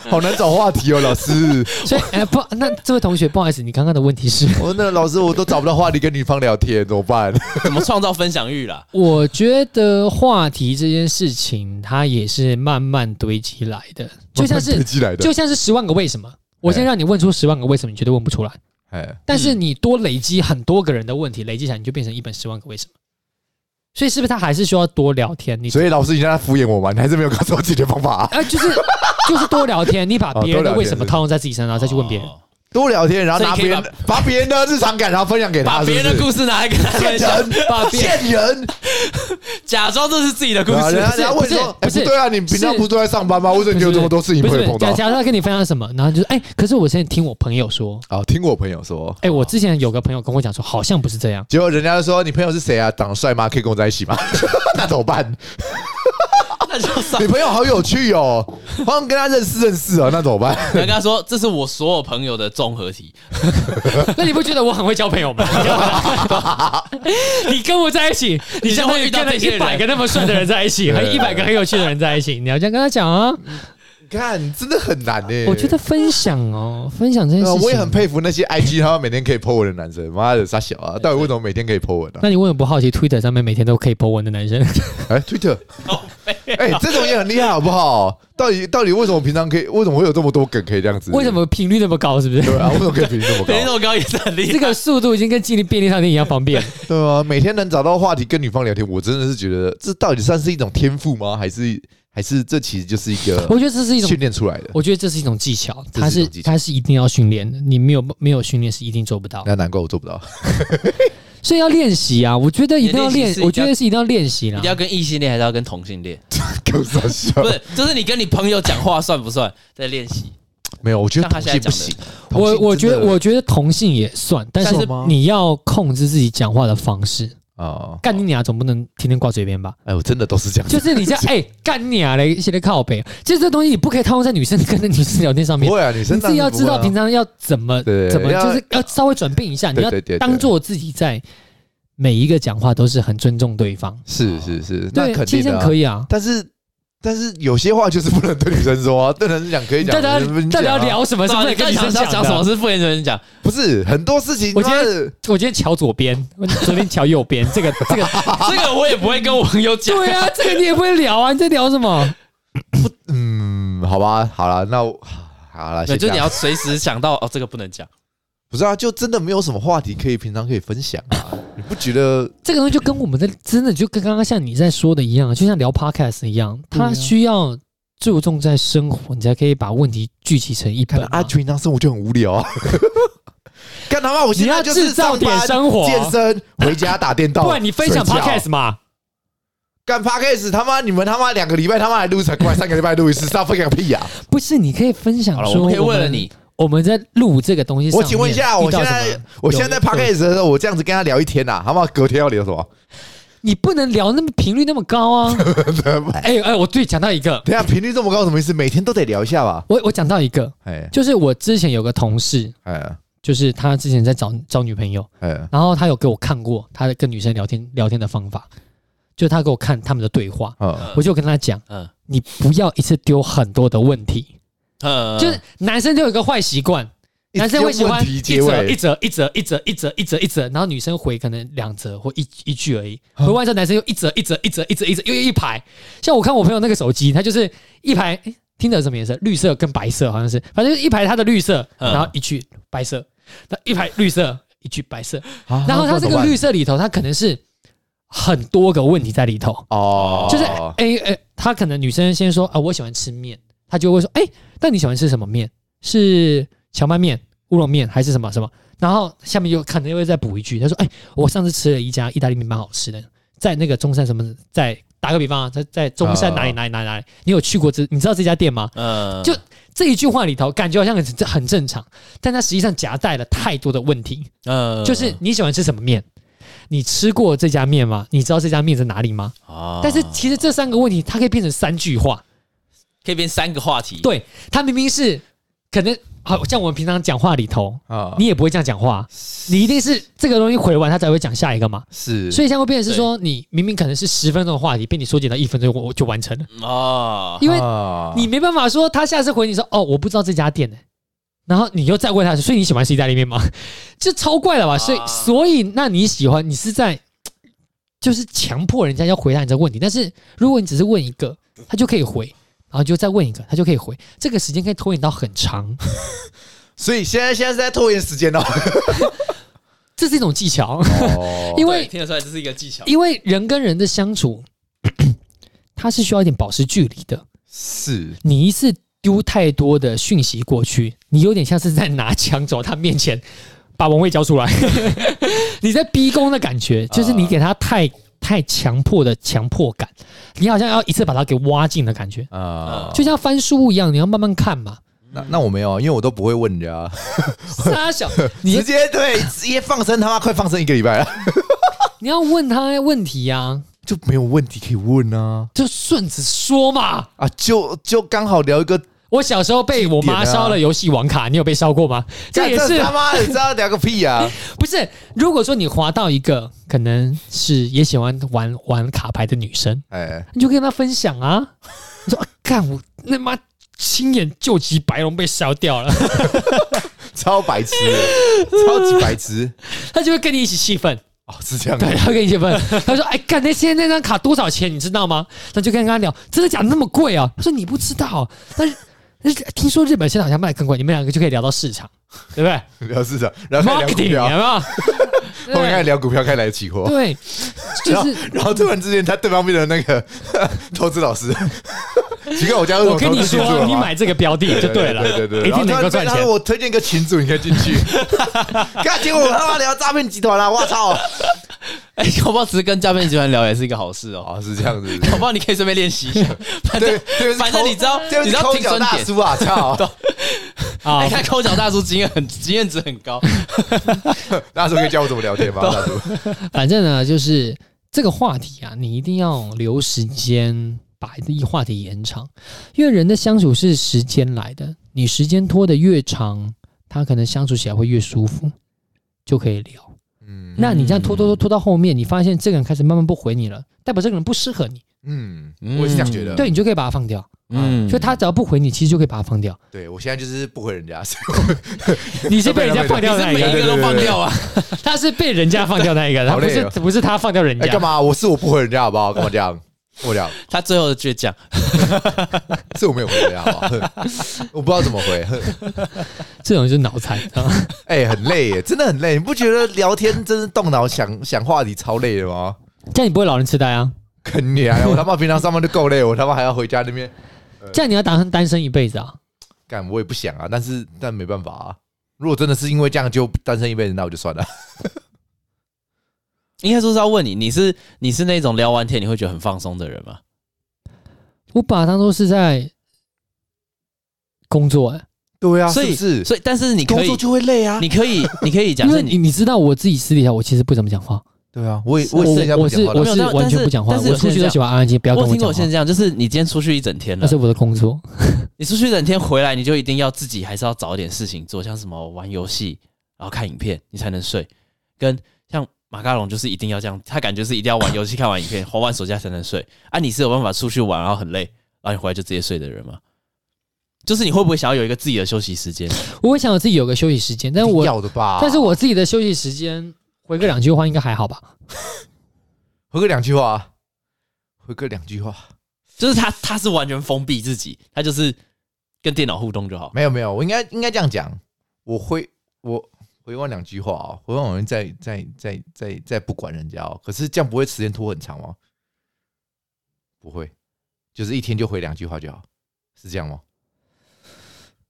A: 好难找话题哦，老师。
C: 所以，哎、不，那这位同学，不好意思，你刚刚的问题是，
A: 我那老师，我都找不到话题跟女方聊天，怎么办？
B: 怎么创造分享欲啦？
C: 我觉得话题这件事情，它也是慢慢堆积来的，就像
A: 慢慢
C: 是
A: 堆积来的，
C: 就像是十万个为什么。我先让你问出十万个为什么，你绝对问不出来。
A: 哎，
C: 但是你多累积很多个人的问题，累积起来你就变成一本十万个为什么。所以是不是他还是需要多聊天？你
A: 所以老师，你让他敷衍我吗？你还是没有告诉我解决方法、
C: 啊、就是就是多聊天，你把
A: 哦
C: 别人的为什
A: 多聊
C: 么
A: 天
C: 套用在自己身上，再去问别人。
B: 哦，
A: 多聊天，然后拿
B: 所
A: 别
B: 以你可以
A: 人把别人的日常感，然后分享给他，
B: 把
A: 是不
B: 别
A: 是
B: 人的故事拿来跟他分享，
A: 人
C: 把 别人
A: 骗 人，
B: 假装这是自己的故
A: 然后 人家。
B: 事
A: 人家问说，哎，
C: 不
A: 不
C: 是
A: 对啊，你平常
C: 是
A: 不是都在上班吗？为什么你有这么多事情
C: 不
A: 不
C: 是
A: 会碰到
C: 假？假如他跟你分享什么，然后你就说，哎、可是我之前听我朋友说，
A: 哦，听我朋友说，
C: 哎、我之前有个朋友跟我讲说，好像不是这 样。
A: 结果人家就说你朋友是谁啊？长得帅吗？可以跟我在一起吗？ 那怎么办？
B: 那就算
A: 你
B: 了。
A: 朋友好有趣哦，好想跟他认识认识哦，那怎么办？
B: 我跟他说，这是我所有朋友的综合体。
A: 哦
C: 那你不觉得我很会交 朋友吗？你跟我在一起，你
B: 就
C: 相当
B: 会
C: 于
B: 遇到
C: 跟了
B: 这些
C: 一
B: 人
C: 百个那么帅的人在一 起，和一百个很有趣的人在一起，你要这样跟他讲啊。
A: 你看，真的很难欸呢、
C: 我觉得分享哦，分享这件事
A: 呃，
C: 情，
A: 啊我也很。佩服那些 IG 他们每天可以 po 文的男生，妈的傻小啊！到底为什么每天可以 po 文呢、啊？
C: 那你为什么不好奇 Twitter 上面每天都可以 po 文的男生？
A: 哎，Twitter，哎、这种也很厉害，好不好？到底到底为什么平常可以，为什么会有这么多梗可以这样子？
C: 为什？么频率那么高？是不
A: 对
C: 是？
A: 啊，为什么可以频率 这么
B: 频率那
A: 高？
B: 么高也是很厉
C: 这
B: 害。
C: 个速度已经跟进便利商店一样方便。
A: 对啊，每天能找到话题跟女方聊天，我真的是觉得这到底算是一种天赋吗？还是还是这其实就是一个
C: 我觉得这是一种
A: 训，练出来的？
C: 我觉得这是一种技巧，
A: 这
C: 它
A: 是一
C: 是
A: 种技巧
C: 它是一定要训练的，你没有没有训练是一定做不到，
A: 那难怪我做不到。
C: 所以要练习啊！我觉得一定要
B: 你的练
C: 练
B: 习是，
C: 我觉得是一定要练习
B: 一
C: 啦
B: 定。要跟异性恋还是要跟同性恋？
A: 更傻笑。
B: 不是，就是你跟你朋友讲话算不算在练习？
A: 没有，我觉得同
B: 像他
A: 性
B: 现在
A: 不
B: 讲的
A: 行。
C: 我我
A: 同性
C: 觉
A: 真
C: 得
A: 的
C: 我觉得同性也算，但是
B: 但是
C: 你要控制自己讲话的方式。
A: 啊，
C: 干你娘，总不能天天挂嘴边吧？
A: 哎，我真的都是这样子
C: 就。是你这样，哎、干你娘嘞，一些的靠背，就是这东西你不可以套用在女生跟女生聊天上 面
A: 不。会啊，女
C: 你
A: 生
C: 自己要知道平
A: 常
C: 常要怎么
A: 对
C: 怎么，
A: 要
C: 就是要稍微转变一下，你
A: 对
C: 要
A: 对对对
C: 当做自己在每一个讲话都是很尊重对方。
A: 是是是，那
C: 对，
A: 肯定
C: 其实
A: 的啊。
C: 可以啊。
A: 但是但是有些话就是不能对女生说啊，对男生讲可以
C: 你
A: 讲
C: 到，底
A: 对女
C: 要
A: 生讲
C: 到底
A: 啊
C: 要聊什么？ 是不能
B: 你
C: 跟
B: 在
C: 女生
B: 想要
C: 讲的啊
B: 讲什么？是不能跟人 讲，
A: 不是很多事情，
C: 我觉得
A: 妈的
C: 我今天瞧左边，我昨天瞧右边，这个 这个，
B: 这个我也不会跟我朋友 讲。
C: 对啊，这个你也不会聊啊，你在聊什么？
A: 嗯，好吧，好了，那我好了，
B: 对，
A: 先
B: 就
A: 这
B: 你
A: 样
B: 要随时想到哦，这个不能讲。
C: 嗯
A: 不是啊，就真的没有什么话题可以平常可以分享 啊，你不觉得？
C: 这个东西就跟我们的真的就跟刚刚像你在说的一样，就像聊 podcast 一样，
A: 对啊
C: 它需要注重在生活，你才可以把问题聚集成一
A: 可
C: 本
A: 能
C: 啊、
A: 阿群平常生活就很无聊啊。 干他妈！我
C: 你
A: 现在
C: 要
A: 就
C: 制
A: 是
C: 造
A: 上
C: 点
A: 班、
C: 生活，
A: 健身、回家打电动，
C: 不然你分享
A: 睡觉
C: podcast 嘛。
A: 干 podcast 他妈你们他妈两个礼拜他妈来录一次，过来三个礼拜录一次，是要分享个屁呀、
C: 不是，你可以分享
B: 好了，
C: 说，
B: 我们可以为了你，
C: 我们，我们在录这个东西上
A: 我
C: 面
A: 请问一下，我
C: 遇到
A: 现
C: 什么
A: 在我现在在
C: 有
A: podcast 的时候，我这样子跟他聊一天呐、啊，好不好？隔天要聊什么？
C: 你不能聊那么频率那么 高啊。 哎哎，我对讲到一个，
A: 等一下啊频率这么高什么意思？每天都得聊一下 吧？
C: 我我讲到一个，
A: 哎
C: 就是我之前有个同事，
A: 哎
C: 就是他之前在找找女朋友，
A: 哎
C: 然后他有给我看过他的跟女生聊天聊天的方法，就是他给我看他们的对话，
A: 嗯
C: 我就跟他讲，
B: 嗯，
C: 你不要一次丢很多的问题，
B: 呃
C: 就是男生就有一个坏习惯，男生会喜欢
A: 一直用问题结
C: 一
A: 尾，
C: 折一折一折一折一折一折，然后女生回可能两折或一一句而已，回完之后男生又一折一折一折一折一折又一排。像我看我朋友那个手机，他就是一排，诶听着什么颜色？绿色跟白色好像是，反正就是一排他的绿色，
B: 嗯
C: 然后一句白色，那一排绿色一句白色，
A: 啊
C: 然后
A: 那
C: 他这
A: 怎么
C: 个
A: 办
C: 绿色里头，他可能是很多个问题在里头。
A: 哦，
C: 就是哎哎，他可能女生先说啊，我喜欢吃面，他就会说，哎、那你喜欢吃什么面？是荞麦面、乌龙面还是什么什么？然后下面又可能又会再补一句，他说，哎、我上次吃了一家意大利面，蛮好吃的，在那个中山什么，在打个比方啊，在在中山哪里
A: 哦
C: 哪里哪里哪里，你有去过这？你知道这家店吗？
B: 呃
C: 就这一句话里头，感觉好像很很正常，但它实际上夹带了太多的问题。
B: 呃
C: 就是你喜欢吃什么面？你吃过这家面吗？你知道这家面在哪里吗？
B: 啊
C: 但是其实这三个问题，它可以变成三句话。
B: 可以变三个话题，
C: 对，它明明是可能好像我们平常讲话里头，
A: 啊
C: 你也不会这样讲话，你一定是这个东西回完，它才会讲下一个嘛。
A: 是，
C: 所以现在会变成是说，你明明可能是十分钟的话题，被你缩减到一分钟，我我就完成了，
B: 哦，
C: 因为
A: 啊
C: 你没办法说他下次回你说哦，我不知道这家店呢、然后你又再问他，所以你喜欢吃意大利面吗？ 这超怪了吧？所以
B: 啊
C: 所以那你喜欢你是在就是强迫人家要回答你这个问题，但是如果你只是问一个，他就可以回，然后就再问一个，他就可以回，这个时间可以拖延到很长，
A: 所以现在现在是在拖延时间哦。
C: 这是一种技巧，
A: 哦
C: 因
B: 对
C: 为
B: 听得出来这是一个技巧，
C: 因为人跟人的相处， 他是需要一点保持距离的，
A: 是
C: 你一次丢太多的讯息过去，你有点像是在拿枪走到他面前，把王位交出来， 你在逼宫的感觉，就是你给他太太强迫的强迫感，你好像要一次把他给挖尽的感觉，
A: 啊，
C: 就像翻书一样，你要慢慢看嘛。
A: 那那我没有，因为我都不会问人家，
C: 傻小，你
A: 直接对直接放生他妈快放生一个礼拜了，
C: 你要问他问题呀、啊，
A: 就没有问题可以问啊
C: 就顺着说嘛。
A: 啊，就就刚好聊一个，
C: 我小时候被我
A: 啊
C: 妈烧了游戏王卡，你有被烧过吗？这
A: 干
C: 也是
A: 他妈的，知道聊个屁啊！
C: 不是，如果说你滑到一个可能是也喜欢玩玩卡牌的女生，
A: 哎，
C: 你就跟她分享啊。你说啊，干我那妈亲眼救急白龙被烧掉了，
A: 超白痴的，超级白痴
C: 她就会跟你一起 气愤。
A: 哦，是这样的
C: 对，啊她会跟你一起愤。她说：“哎，干那现在那张卡多少钱，你知道吗？”那就跟她聊，真的假的那么贵啊？她说：“你不知道，但是。”但是听说日本现在好像卖得更贵，你们两个就可以聊到市场，对不 对
A: 聊市场，然后开始
C: ？marketing 啊
A: 聊股票，
C: 有没有？
A: 后面开始聊股票，开始聊期货，
C: 对，就
A: 然后
C: 是
A: 然后突然之间，他对方面的那个 投资老师，奇怪，我家为什
C: 我
A: 么
C: 跟
A: 投
C: 你
A: 资群主
C: 说，
A: 了
C: 你
A: 吗？
C: 买这个标的就对了，
A: 对对对，
C: 一定能够赚
A: 然后他。
C: 钱
A: 我推荐一个群主，你可以进 去。看，结果我他妈聊诈骗集团了，我操！
B: 哎，搞不好只是跟诈骗集团聊也是一个好事 哦，
A: 哦，是 这样子。
B: 搞不好你可以顺便练习一下，反
A: 对
B: 正
A: 对，
B: 反正你知道
A: 对，
B: 你知道
A: 抠
B: 停
A: 脚
B: 损
A: 大
B: 点。
A: 叔啊， 操！
C: 啊
B: 哎，看抠脚大叔经验很经验值很高，
A: 大叔可以教我怎么聊天吗？大叔，
C: 反正呢，就是这个话题啊，你一定要留时间把这一话题延长，因为人的相处是时间来的，你时间拖得越长，他可能相处起来会越舒服，就可以聊。
A: 嗯
C: 那你这样拖拖拖拖到后面，你发现这个人开始慢慢不回你了，代表这个人不适合你，
A: 嗯，
B: 嗯
A: 我也是这样觉得。
C: 对你就可以把他放掉。
B: 嗯，
C: 所以他只要不回你，其实就可以把他放掉。
A: 对，我现在就是不回人家，所以
C: 你是被人家放
B: 你
C: 掉
B: 是
C: 的那一
B: 每一
C: 个，
B: 个都放掉啊，
C: 他是被人家放掉那一个，他
A: 好
C: 不
A: 累
C: 是
A: 哦
C: 不是他放掉人
A: 哎，
C: 家
A: 干。嘛？我是我不回人家，好不好？干嘛这样？我讲
B: 他最后的倔强，
A: 是我没有回人家，好不好？我不知道怎么回。
C: 这种就是脑残。啊
A: 哎、很累耶，真的很累。你不觉得聊天真是动脑想想话题超累的吗？
C: 这样你不会老人痴呆啊？
A: 坑你啊！我他妈平常上班就够累，我他妈还要回家那边
C: 这样你要打算单身一辈子啊？
A: 干，我也不想啊。但是但没办法啊。如果真的是因为这样就单身一辈子，那我就算了。
B: 应该说是要问你，你是你是那种聊完天你会觉得很放松的人吗？
C: 我把它当做是在工作、欸，
A: 对啊
B: 所
A: 是
B: 以
A: 不是
B: 所以但是你可
A: 工
B: 以
A: 作，就会累啊？
B: 你可以 你可以假
C: 因
B: 设
C: 为你
B: 你
C: 你知道我自己私底下我其实不怎么讲话，
A: 对啊，我也
C: 我
A: 我也是人家不
C: 我
A: 讲
C: 是
A: 话的
C: 我
B: 没有
C: 是
B: 但
C: 完全不讲话，
B: 但是
C: 我出去都喜欢安安静，静，不要
B: 我
C: 跟
B: 听过
C: 讲
B: 有些
C: 话
B: 人。这样，就是你今天出去一整天
C: 那
B: 了
C: 是，我的工作，
B: 你出去一整天回来，你就一定要自己还是要找一点事情做，像什么玩游戏，然后看影片，你才能睡。跟像马卡龙就是一定要这样，他感觉是一定要玩游戏、看完影片、滑完手机才能睡。啊，你是有办法出去玩然后很累，然后你回来就直接睡的人吗？就是你会不会想要有一个自己的休息时间？
C: 我会想我自己有个休息时间，但
A: 一
C: 是
A: 定
C: 我
A: 要的吧？
C: 但是我自己的休息时间回个两句话应该还好吧？
A: 回个两句话啊，回个两句话，
B: 就是他他是完全封闭自己，他就是跟电脑互动就好。
A: 没有没有，我应该应该这样讲，我回我回完两句话啊、回完我们再再再再再不管人家哦。可是这样不会时间拖很长吗？不会，就是一天就回两句话就好，是这样吗？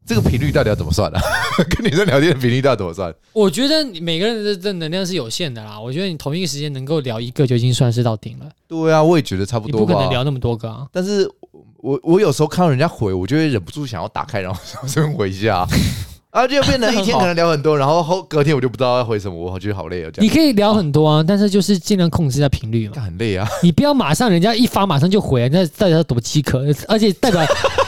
A: 这个频率到底要怎么算啊？ 跟女生聊天的频率到底怎么算？
C: 我觉得你每个人的这能量是有限的啦。我觉得你同一个时间能够聊一个就已经算是到顶了，
A: 对啊，我也觉得差不
C: 你
A: 多
C: 不可
A: 吧
C: 能。聊那么多个啊。
A: 但是我我我有时候看到人家回，我就会忍不住想要打开，然后想顺便回一下，啊，就变成一天可能聊很多，然后后隔天我就不知道要回什么，我觉得好累哦，这
C: 你
A: 样
C: 可以聊很多啊，但是就是尽量控制一下频率嘛。
A: 干很累啊。
C: 你不要马上人家一发马上就回，啊那到底要多饥渴？而且 代表，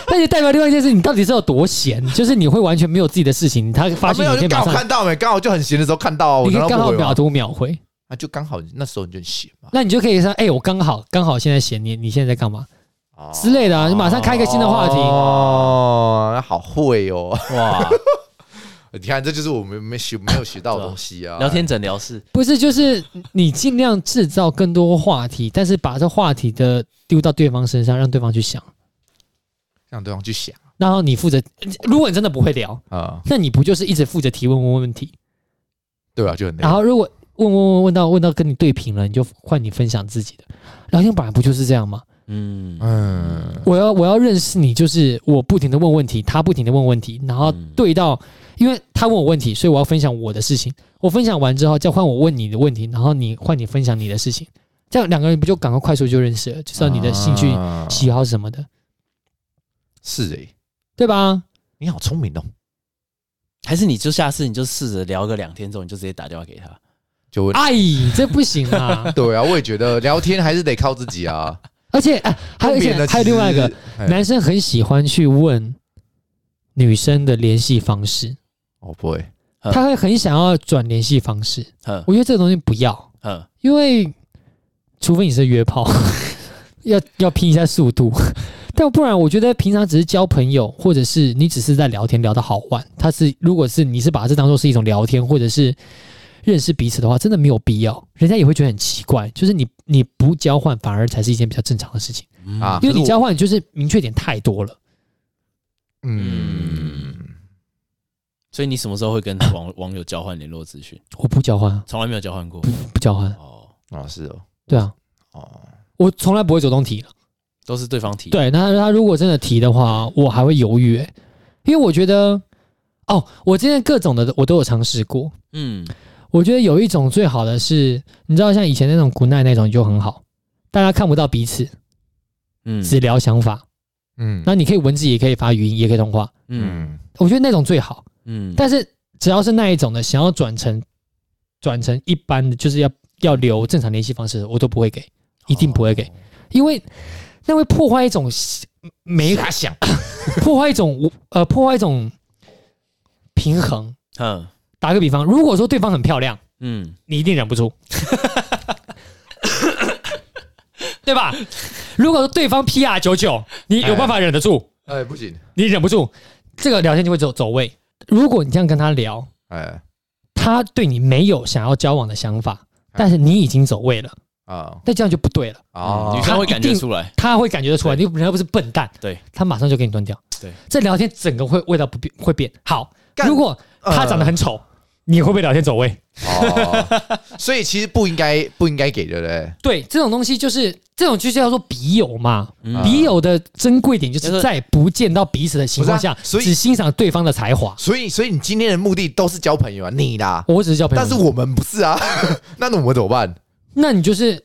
C: 而且代表另外一件事，你到底是有多闲？就是你会完全没有自己的事情，他发
A: 啊没
C: 现
A: 有
C: 你可以
A: 就刚
C: 马
A: 好
C: 上，
A: 看到没，刚好就很闲的时候看到啊，我
C: 你可
A: 难道
C: 以刚
A: 不
C: 好
A: 回
C: 秒
A: 吗？
C: 读秒回，
A: 啊，就刚好那时候你就很闲嘛，
C: 那你就可以说，哎、我刚好刚好现在闲，你你现在在干嘛
A: 哦
C: 之类的啊？你马上开一个新的话题，
A: 哦，那好会哦！
B: 哇，
A: 你看，这就是我们没学没有学到的东西 啊。
B: 聊天诊疗室，
C: 不是就是你尽量制造更多话题，但是把这话题的丢到对方身上，让对方去想，
A: 让对方去想
C: 然后你负责。如果你真的不会聊，
A: 啊，
C: 那你不就是一直负责提问问问题？
A: 对啊，就很累
C: 然。后如果问问问问到问到跟你对平了，你就换你分享自己的。聊天本来不就是这样吗？
B: 嗯，
A: 嗯，
C: 我要我要认识你，就是我不停的问问题，他不停的问问题，
A: 嗯
C: 然后对到，因为他问我问题，所以我要分享我的事情。我分享完之后，再换我问你的问题，然后你换你分享你的事情，这样两个人不就赶快快速就认识了，就知道你的兴趣、
A: 啊
C: 喜好是什么的，
A: 是哎，
C: 对吧？
A: 你好聪明哦，
B: 还是你就下次你就试着聊个两天之后，你就直接打电话给他。
A: 就问。！
C: 哎，这不行啊
A: 对啊，我也觉得聊天还是得靠自己啊。
C: 而且哎， 还
A: 用
C: 有而
A: 别
C: 且
A: 人的
C: 还有另外一个，
A: 其实，哎
C: 男生很喜欢去问女生的联系方式，
A: 哦不会，
B: 嗯
C: 他会很想要转联系方式。
B: 嗯
C: 我觉得这个东西不要，
B: 嗯，
C: 因为除非你是约炮， 要要拼一下速度。 但不然，我觉得平常只是交朋友，或者是你只是在聊天聊得好玩，他是如果是你是把这当做是一种聊天，或者是认识彼此的话，真的没有必要，人家也会觉得很奇怪。就是你你不交换，反而才是一件比较正常的事情，
A: 啊
C: 因
A: 可
C: 为你
A: 是我
C: 交换就是明确点太多了。
A: 嗯，
B: 所以你什么时候会跟网网友交换联络资讯？
C: 我不交换啊，
B: 从来没有交换过
C: 不交换。
B: 哦，
A: 哦是哦，
C: 对啊，
A: 哦，
C: 我从来不会主动提了。
B: 都是对方提。，
C: 对，那他如果真的提的话，我还会犹豫、欸，因为我觉得，哦，我之前各种的我都有尝试过。
B: 嗯，
C: 我觉得有一种最好的是，你知道像以前那种古奈那种就很好，大家看不到彼此，
B: 嗯
C: 只聊想法。
A: 嗯
C: 那你可以文字，也可以发语音，也可以通话。
B: 嗯
C: 我觉得那种最好。
B: 嗯，
C: 但是只要是那一种的，想要转成转成一般的，就是要要留正常联系方式的，我都不会给，一定不会给，因为那会破坏一种没
A: 瞎想，
C: 破坏一种呃破坏一种平衡。
B: 嗯
C: 打个比方，如果说对方很漂亮，
B: 嗯，
C: 你一定忍不住，对吧？如果说对方 PR 九九，你有办法忍得住，
A: 哎不行，
C: 你忍不住，这个聊天就会走走位。如果你这样跟他聊，
A: 哎
C: 他对你没有想要交往的想法，但是你已经走位了，
A: 啊
C: 那这样就不对了。
A: 啊
C: 哦
B: 嗯女，生会感觉出来。
C: 他会感觉得出来，你人家不是笨蛋，
B: 对，
C: 他马上就给你断掉。
B: 对，
C: 这聊天整个会味道不变，会变好。
A: 干
C: 如果他长得很丑，你会不会聊天走位？
A: 哦， 所以其实不应该不应该给，对不对？
C: 对，这种东西就是这种，就是叫做笔友嘛。
B: 嗯
A: 啊
C: 笔友的珍贵点就是在不见到彼此的情况下，
A: 不是啊所以
C: 只欣赏对方的才华。
A: 所以所以你今天的目的都是交朋友啊，你啦，
C: 我只是交朋友，
A: 但是我们不是啊， 那我们怎么办
C: 那你就是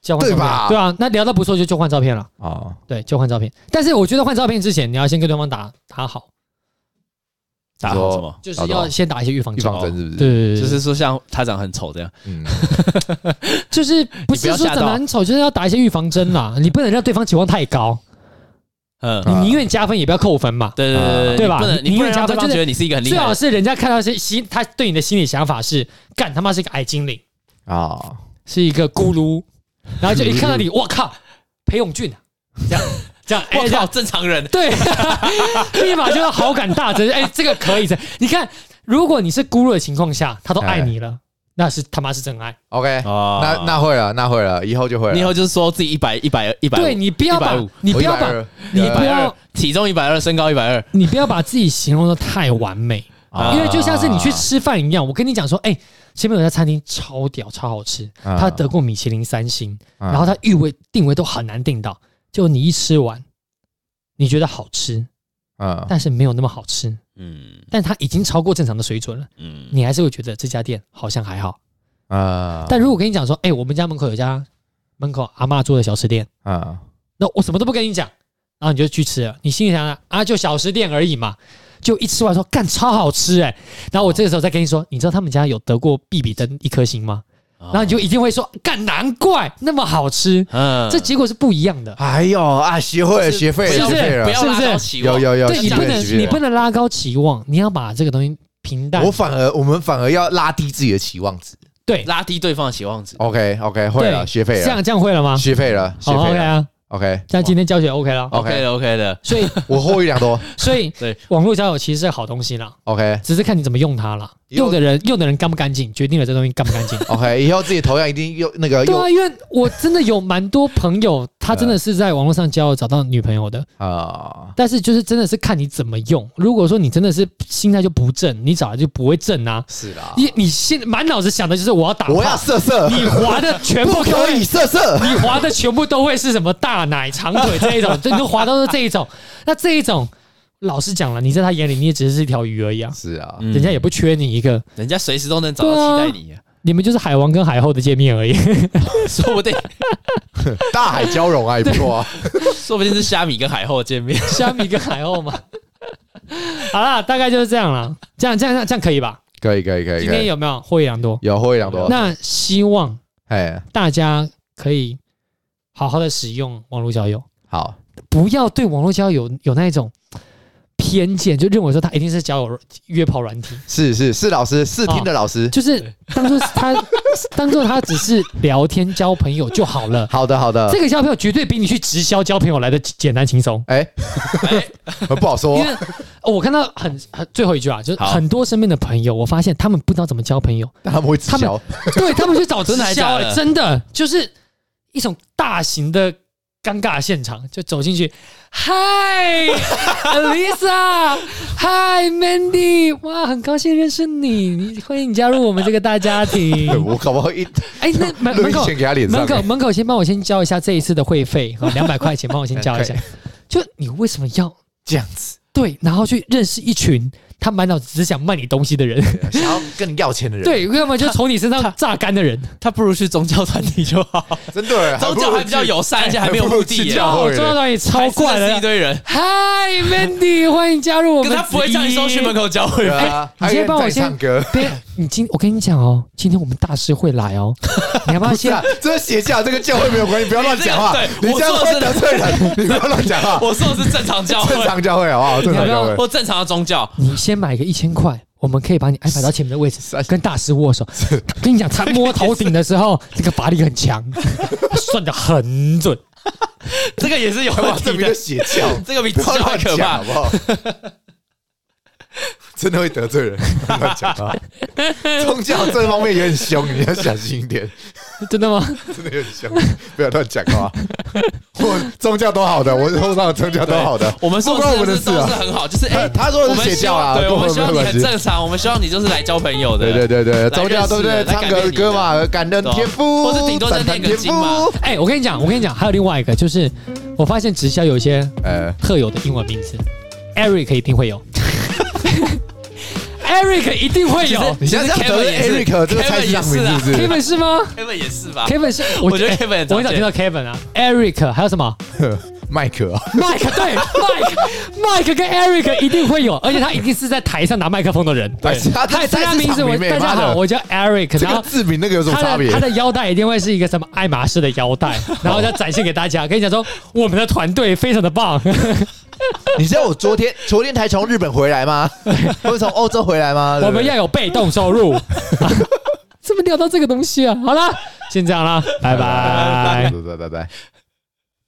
C: 交换照片
A: 对吧
C: 对啊，那聊到不错就交换照片了。
A: 啊？
C: 对，交换照片。但是我觉得换照片之前，你要先跟对方打打好，
B: 打好什么？
C: 就是要先打一些预防
A: 预
C: 针。
A: 防针是不是？
C: 对，对对，
B: 就
C: 就是
B: 是说像他长很丑这样。
A: 嗯，
C: 就是不是
B: 你不要
C: 说
B: 吓
C: 长
B: 到
C: 得很丑，就是要打一些预防针啦。你不能让对方期望 太高，
B: 嗯，
C: 你宁愿加分也不要扣分嘛。
B: 对对对
C: 啊对吧
B: 你不能你
C: 你
B: 不
C: 因为
B: 能
C: 加
B: 让对
C: 班
B: 方
C: 就是
B: 觉得你是一个很厉
C: 最
B: 害
C: 好
B: 的。
C: 是人家看到是心，他对你的心理想法是干他妈是一个矮精灵，
A: 啊，
C: 是一个咕噜，然后就一看到你，我靠，裴勇俊啊，这样这样，哎、
B: 我
C: 这
B: 靠，
C: 样
B: 正常人
C: 对， 立马就是好感大增。哎、这个可以的。你看，如果你是孤弱的情况下，他都爱你
B: 哎
C: 了，那是他妈是真爱。
A: OK，
B: 哦
A: 那那会了，那会了，以后就会了。
B: 你以后就是说自己一百一百一百，
C: 对你不要把
B: 150，
C: 你不要
A: 我
C: 把，
A: 120
C: 你
B: 一
C: 不
B: 百二
C: 要，，
B: 体重一百二，身高一百二，
C: 你不要把自己形容的太完美，
B: 啊
C: 因为就像是你去吃饭一样。我跟你讲说，哎、前面有一家餐厅超屌，超好吃，
A: 嗯
C: 他得过米其林三星，
A: 嗯
C: 然后他预位定位都很难定到，就你一吃完，你觉得好吃，
A: 嗯
C: 但是没有那么好吃，
B: 嗯
C: 但它已经超过正常的水准了，
B: 嗯，
C: 你还是会觉得这家店好像还好。
A: 嗯，
C: 但如果我跟你讲说，哎、我们家门口有家门口阿嬷做的小吃店，
A: 嗯
C: 那我什么都不跟你讲，然后你就去吃了。你心里想想啊，就小吃店而已嘛，就一吃完说干超好吃哎、然后我这个时候再跟你说，你知道他们家有得过必比登一颗星吗？
B: 然
C: 然后你就一定会说干难怪那么好吃，
B: 嗯
C: 这结果是不一样的。
A: 哎呦啊，学会了，
B: 是
A: 学会
C: 是
A: 了，
C: 不
A: 学
C: 是
A: 会
B: 不
A: 了，
B: 要拉高期
A: 有
B: 望，
A: 有有，
C: 对
A: 学
C: 你不
A: 会了
C: 能
A: 学会
C: 你
A: 了
C: 不能拉高期望，你要把这个东西平淡
A: 我。反而我们反而要拉低自己的期望值。
C: 对
B: 拉低对方的期望值。
A: OK OK，会了，
C: 对
A: 学会
C: 这样
A: 了，
C: 这样会了吗？
A: 啊学会了，学
C: 好
A: 会
C: OK
A: 了。
C: 啊，
A: OK，
C: 这样今天教学 OK 了。
B: OK
A: OK，
B: 的 OK 的，
C: 所以
A: 我获益良 多。
C: 所以
B: 哦对
C: 网络交友其实是好东西啦，
A: OK
C: 只是看你怎么用它啦。
A: 有
C: 用的人用的人干不干净，决定了这东西干不干净。
A: OK，以后自己头像一定用那个
C: 对
A: 用
C: 啊，因为我真的有蛮多朋友，他真的是在网络上交友找到女朋友的，
A: 啊，
C: 但是就是真的是看你怎么用。如果说你真的是心态就不正，你找来就不会正啊。
A: 是啦，
C: 你你现满脑子想的就是我要打炮，
A: 我要色色，
C: 你滑的全 部
A: 不
C: 都
A: 可
C: 会
A: 以色色。
C: 你滑的全部都会是什么大奶、长腿这 一种，对，你都滑都是这一种。那这一种，老实讲了，你在他眼里你也只是一条鱼而已啊，
A: 是啊，
B: 嗯
C: 人家也不缺你一个，
B: 人家随时都能找到替代你，
C: 你们就是海王跟海后的见面而已。
B: 说不定
A: 大海交融啊，也不错啊。
B: 说不定是虾米跟海后见面。
C: 虾米跟海后嘛。 好啦，大概就是这样啦。这样这样这样这样可以吧？
A: 可以可以可以，
C: 今
A: 可
C: 天
A: 以
C: 有没有获益良多？
A: 有啊获益良多。
C: 那希望
A: 哎，
C: 大家可以好好的使用网络交友，
A: 好，
C: 不要对网络交友有有那一种偏见，就认为说它一定是交友约炮 软体。
A: 是是是老师，是听的老师。
C: 就是当做他 当做他只是聊天交朋友就好了。
A: 好的好的
C: 这，个交朋友绝对比你去直销交朋友来的简单轻松。
A: 哎，呃不好说
C: 因。为哦我看到很很最后一句啊，就是
B: 好
C: 很多身边的朋友，我发现他们不知道怎么交朋友，
A: 但他们会直
C: 他们
A: 销，
C: 对他们去找直
B: 真的还
C: 销、
B: 假的
C: 欸，真的就是一种大型的尴尬现场，就走进去，嗨 ，Lisa，嗨，Mandy，哇，很高兴认识你，你欢迎你加入我们这个大家 庭。
A: 我搞不好一
C: 哎、那门
A: 录
C: 门
A: 一
C: 口
A: 钱给他脸上
C: 门。口门口先帮我先交一下这一次的会费，哈，两百块钱帮我 先交一下
A: 可以。
C: 就你为什么要
A: 这样子，
C: 对，然后去认识一群他满脑子只想卖你东西的人，
A: 想要跟你要钱的人，，
C: 对，要么就从你身上榨干的人。
B: 他不如去宗教团体就好，
A: 真的，
B: 宗教还比较友善，而且还没有
A: 还不
B: 目的
A: 如去
B: 耶，
A: 教
C: 哦，
A: 会
C: 中央团也超怪
B: 还是认识一
C: 的。
B: 堆人，
C: 嗨，Mandy，欢迎加入我
B: 可
C: 们。
B: 是他不会叫你说去门。口教会
A: 对
B: 吧？
A: 啊，
C: 哎
A: 还
C: 你先帮我
A: 有人在
C: 先
A: 唱歌，
C: 别，你今我跟你讲哦，今天我们大师会来 哦，你要不要
A: 不是
C: 先
A: 啊？， 这是邪教，这跟教会没有关系，不要乱讲话
B: 对，
A: 你
B: 我
A: 这样
B: 做
A: 会
B: 的是
A: 得罪人， 你不要乱讲 话，
B: 我说的是正常教会
A: 正常教会好不好？正常教会，
B: 或正常的宗教，
C: 你先买个一千块，我们可以把你安排到前面的位置
A: 是啊，
C: 跟大 师握手。跟你讲，他摸头顶的时候，这个法力很强，算的很准。
B: 这个也是有
A: 好不
B: 问
A: 好？这
B: 题
A: 名叫
B: 的，
A: 邪教，
B: 这个比宗
A: 不要
B: 教还
A: 乱讲
B: 可怕
A: 好。不好？ 真的会得罪人，不要乱讲 话。宗教这方面也很凶，你要小心一点，
C: 真的吗？
A: 真的有点凶，不要乱讲 话。我宗教都好的，我后上的宗教都好的，
B: 我们说
A: 不关我
B: 的
A: 们的
B: 是
A: 事
B: 都是
A: 啊
B: 很好，就是哎，
A: 他说的
B: 我
A: 是
B: 们
A: 邪
B: 希
A: 教
B: 望
A: 啊，
B: 对，
A: 跟
B: 我
A: 我
B: 们
A: 们
B: 希
A: 没有
B: 望你
A: 关
B: 很
A: 系。
B: 正常，我们希望你就是来交朋友的，
A: 对对对对，
B: 来
A: 宗
B: 认
A: 教
B: 识
A: 对不对？
B: 的来
A: 唱
B: 改变
A: 个
B: 你
A: 歌
B: 的
A: 嘛，感恩
B: 对啊
A: 天赋，
B: 或是顶多再
A: 赞叹
B: 念个
A: 天
B: 经嘛
A: 赋。
C: 哎、我跟你讲，我跟你讲，还有另外一个，就是我发现直销有一些
A: 呃，
C: 特有的英文名字，Eric 一定会有，Eric 一定会有
A: 你现在这样得
B: Kevin
A: 罪
B: 也是
A: Eric 这个
B: Kevin
A: 菜市场
B: 也是
A: 名
B: 啊
A: 是不是？
C: ，Kevin 是吗
B: ，Kevin 也是吧
C: ？Kevin 是，
B: 我觉得 Kevin 很
C: 我
B: 常
C: 很想听到 Kevin 啊，Eric 还有什么
A: 麦 克啊，
C: Mike 对 Mike，Mike 跟 Eric 一定会有，而且他一定是在台上拿麦克风的人。
A: 对哎他他
C: 大
A: 在
C: 家
A: 市
C: 名字
A: 场
C: 我
A: 里面
C: 大家
A: 妈的
C: 好，我叫 Eric，
A: 这
C: 然
A: 个
C: 后
A: 字比那个有什么
C: 他
A: 差
C: 的
A: 别
C: 他？的腰带一定会是一个什么爱马仕的腰 带，然后再展现给大家。跟你讲说，我们的团队非常的棒，
A: 你知道我昨天昨天才从日本回来吗？ 我是从欧洲回来吗？对
C: 我
A: 不对
C: 们要有被动收 入。怎么聊到这个东西啊？好啦，先这样啦，拜拜
A: 拜拜拜拜。